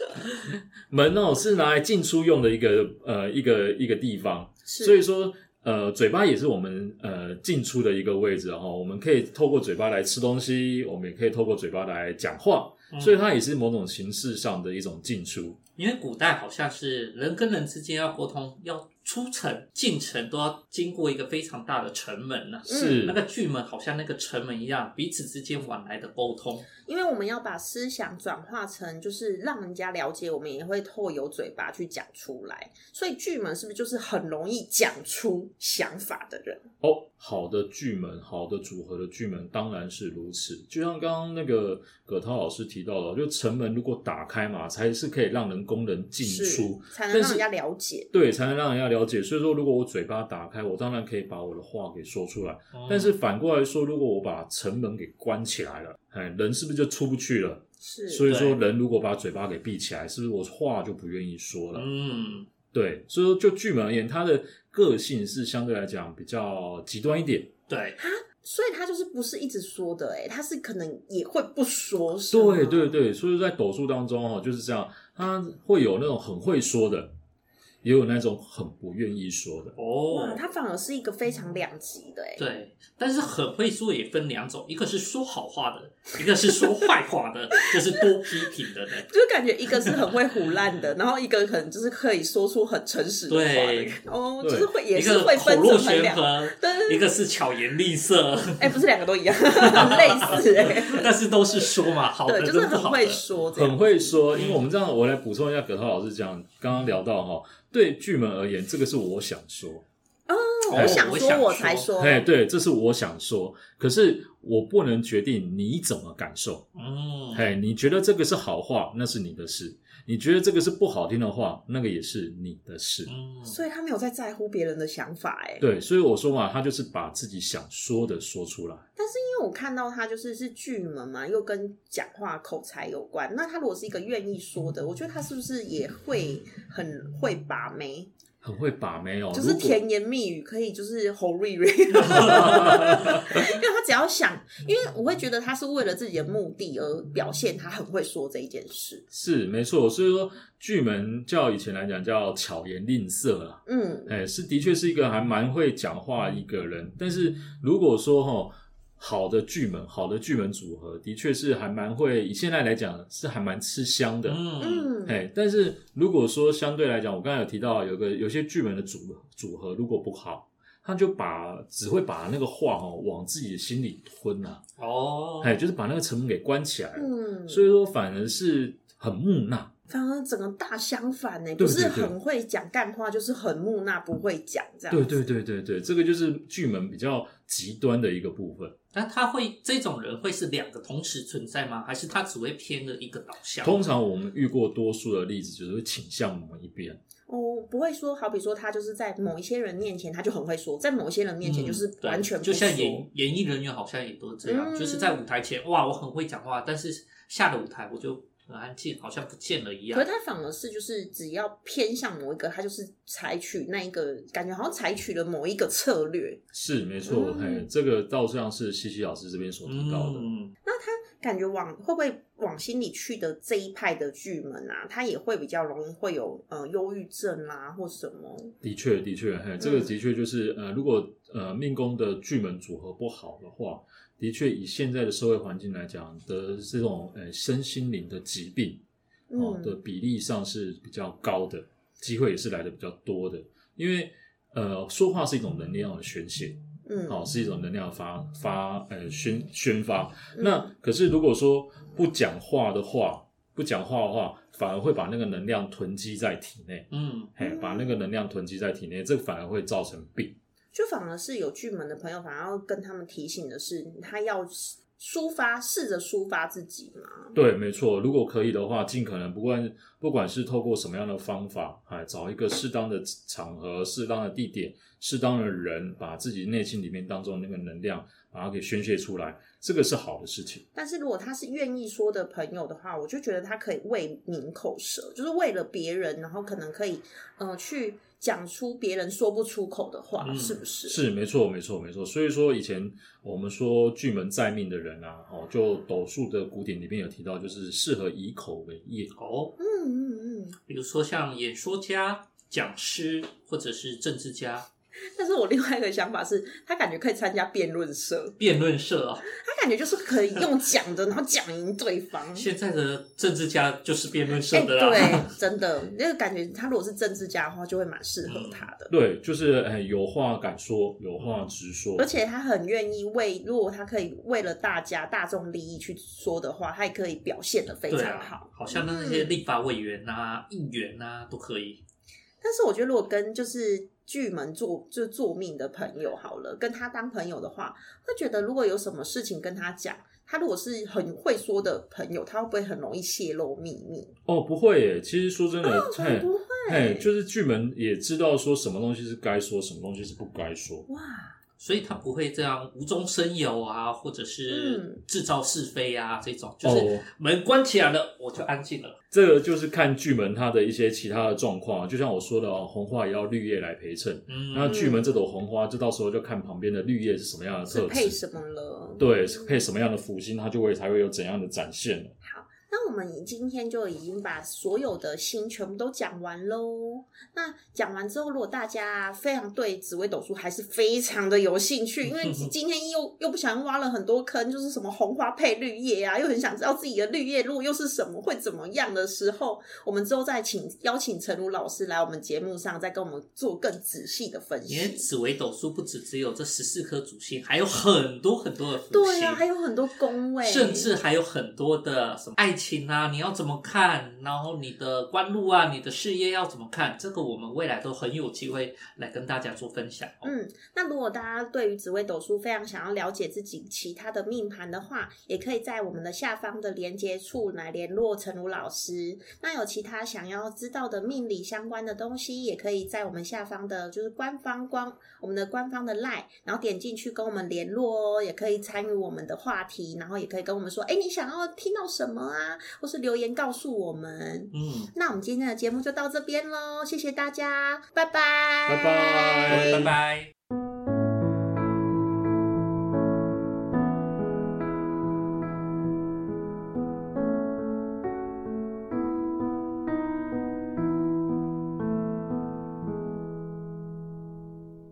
门哦是拿来进出用的一个呃一个一个地方，是所以说，呃，嘴巴也是我们呃进出的一个位置哈、哦。我们可以透过嘴巴来吃东西，我们也可以透过嘴巴来讲话，嗯所以它也是某种形式上的一种进出。因为古代好像是人跟人之间要沟通，要出城进城都要经过一个非常大的城门呐、是那个巨门好像那个城门一样，彼此之间往来的沟通。因为我们要把思想转化成，就是让人家了解，我们也会透由嘴巴去讲出来。所以巨门是不是就是很容易讲出想法的人？哦，好的巨门，好的组合的巨门当然是如此。就像刚刚那个葛涛老师提到的，就城门如果打开嘛，才是可以让人供人进是出。才能但让是人家了解。对，才能让人家了解。所以说，如果我嘴巴打开，我当然可以把我的话给说出来。但是反过来说，如果我把城门给关起来了，哎，人是不是就出不去了？是，所以说，对人如果把嘴巴给闭起来，是不是我话就不愿意说了？嗯，对，所以说就巨门而言，他的个性是相对来讲比较极端一点。对，所以他就是不是一直说的、欸，他是可能也会不说。是吗对对，对，所以说在斗数当中哦，就是这样，他会有那种很会说的，也有那种很不愿意说的。哇，哦，他反而是一个非常两极的、欸，对。但是很会说也分两种，一个是说好话的，一个是说坏话 的，就是多批评的人。就感觉一个是很会胡烂 的，然后一个可能就是可以说出很诚实的话的对，哦，对就是会也一是个会口分成若很悬两，河，对一个是巧言令 色，哎、不是两个都一样，很类似、欸，但是都是说嘛，好的 对，就是跟不很好会的。说这样，很会说，因为我们这样，我来补充一下葛涛老师讲，刚刚聊到哈，对巨门而言，这个是我想说，哦，哎我想我说想我才说说，哎，对，这是我想说，可是我不能决定你怎么感受，嗯，哎，你觉得这个是好话，那是你的事；你觉得这个是不好听的话，那个也是你的事。嗯，所以他没有在在乎别人的想法、哎，对，所以我说嘛，他就是把自己想说的说出来。但是因为我看到他就是是剧门嘛，又跟讲话口才有关。那他如果是一个愿意说的，我觉得他是不是也会很会把妹，很会把妹哦，就是如果甜言蜜语可以就是吼瑞瑞，因为他只要想，因为我会觉得他是为了自己的目的而表现他很会说这一件事。是没错，所以说巨门叫以前来讲叫巧言令色啦，嗯，哎，是的确是一个还蛮会讲话一个人，但是如果说哈、好的巨门，好的巨门组合，的确是还蛮会，以现在来讲是还蛮吃香的。嗯嗯，哎，但是如果说相对来讲，我刚才有提到有个有些巨门的组组合如果不好，他就把只会把那个话哦往自己的心里吞啊，哦，哎，就是把那个城门给关起来了，嗯，所以说反而是很木讷。反而整个大相反呢、对不是对对很会讲干话，就是很木讷，不会讲这样。对对对对对，这个就是巨门比较极端的一个部分。那他会这种人会是两个同时存在吗？还是他只会偏了一个导向？通常我们遇过多数的例子，就是会倾向某一边。哦，不会说，好比说他就是在某一些人面前他就很会说，在某一些人面前嗯就是对完全不就说。像演演艺人员好像也都这样，嗯就是在舞台前哇，我很会讲话，但是下了舞台我就很安静，好像不见了一样可是。他反而是就是只要偏向某一个，他就是采取那一个感觉，好像采取了某一个策略，是没错，嘿、嗯这个倒像是西西老师这边所提到的。嗯，感觉往会不会往心里去的这一派的巨门啊，他也会比较容易会有呃忧郁症啊或什么。的确，的确，嗯嘿，这个的确就是呃，如果呃命宫的巨门组合不好的话，的确以现在的社会环境来讲的这种呃身心灵的疾病哦、嗯，的比例上是比较高的，机会也是来的比较多的，因为呃说话是一种能量的宣泄，嗯，好、是一种能量发发呃宣宣发。嗯那可是如果说不讲话的话，不讲话的话，反而会把那个能量囤积在体内，嗯，嘿，把那个能量囤积在体内，这反而会造成病。就反而是有巨门的朋友，反而要跟他们提醒的是，他要抒发，试着抒发自己嘛。对，没错。如果可以的话，尽可能不管不管是透过什么样的方法，哎，找一个适当的场合、适当的地点、适当的人，把自己内心里面当中的那个能量，把它给宣泄出来，这个是好的事情。但是如果他是愿意说的朋友的话，我就觉得他可以为民口舌，就是为了别人，然后可能可以，呃，去讲出别人说不出口的话，嗯是不是？是没错，没错，没错。所以说，以前我们说巨门在命的人啊，哦，就斗数的古典里面有提到，就是适合以口为业。哦，嗯嗯嗯。比如说像演说家、讲师或者是政治家、但是我另外一个想法是，他感觉可以参加辩论社，辩论社啊，他感觉就是可以用讲的，然后讲赢对方。现在的政治家就是辩论嗯哎、社的啦。对，真的，那个感觉，他如果是政治家的话，就会蛮适嗯合他的。对，就是哎，有话敢说，有话直说而。且他很愿意为，如果他可以为了大家大众利益去说的话，他也可以表现的非对常啊好。，嗯好像那些立法委员呐、议员呐都可以。但是我觉得，如果跟就是巨门做就做命的朋友好了，跟他当朋友的话，会觉得如果有什么事情跟他讲，他如果是很会说的朋友，他会不会很容易泄露秘密？哦，不会耶。其实说真的，哦嘿，不会，嘿，就是巨门也知道说什么东西是该说，什么东西是不该说。哇，所以他不会这样无中生有啊，或者是嗯制造是非啊，这种就是哦，门关起来了，我就安静了。这个就是看巨门它的一些其他的状况，就像我说的哦，红花也要绿叶来陪衬。嗯，那巨门这朵红花，就到时候就看旁边的绿叶是什么样的是特配质。什么了？对，配什么样的福星，它就会才会有怎样的展现了。那我们今天就已经把所有的星全部都讲完喽。那讲完之后，如果大家非常对紫微斗数还是非常的有兴趣，因 为今天又又不小心挖了很多坑，就是什么红花配绿叶啊，又很想知道自己的绿叶路又是什么，会怎么样的时候，我们之后再请邀请陈如老师来我们节目上，再跟我们做更仔细的分因为析。紫微斗数不止只有这十四颗主星，还有很多很多的辅对啊星，啊，还有很多宫位，甚至还有很多的什么爱情啊，你要怎么看，然后你的官路啊，你的事业要怎么看，这个我们未来都很有机会来跟大家做分享、哦。嗯，那如果大家对于紫微斗数非常想要了解自己其他的命盘的话，也可以在我们的下方的连接处来联络陈如老师。那有其他想要知道的命理相关的东西，也可以在我们下方的，就是官方官我们的官方的 line，然后点进去跟我们联络哦，也可以参与我们的话题，然后也可以跟我们说，哎，你想要听到什么啊，或是留言告诉我们。嗯，那我们今天的节目就到这边喽，谢谢大家，拜拜，拜拜拜拜。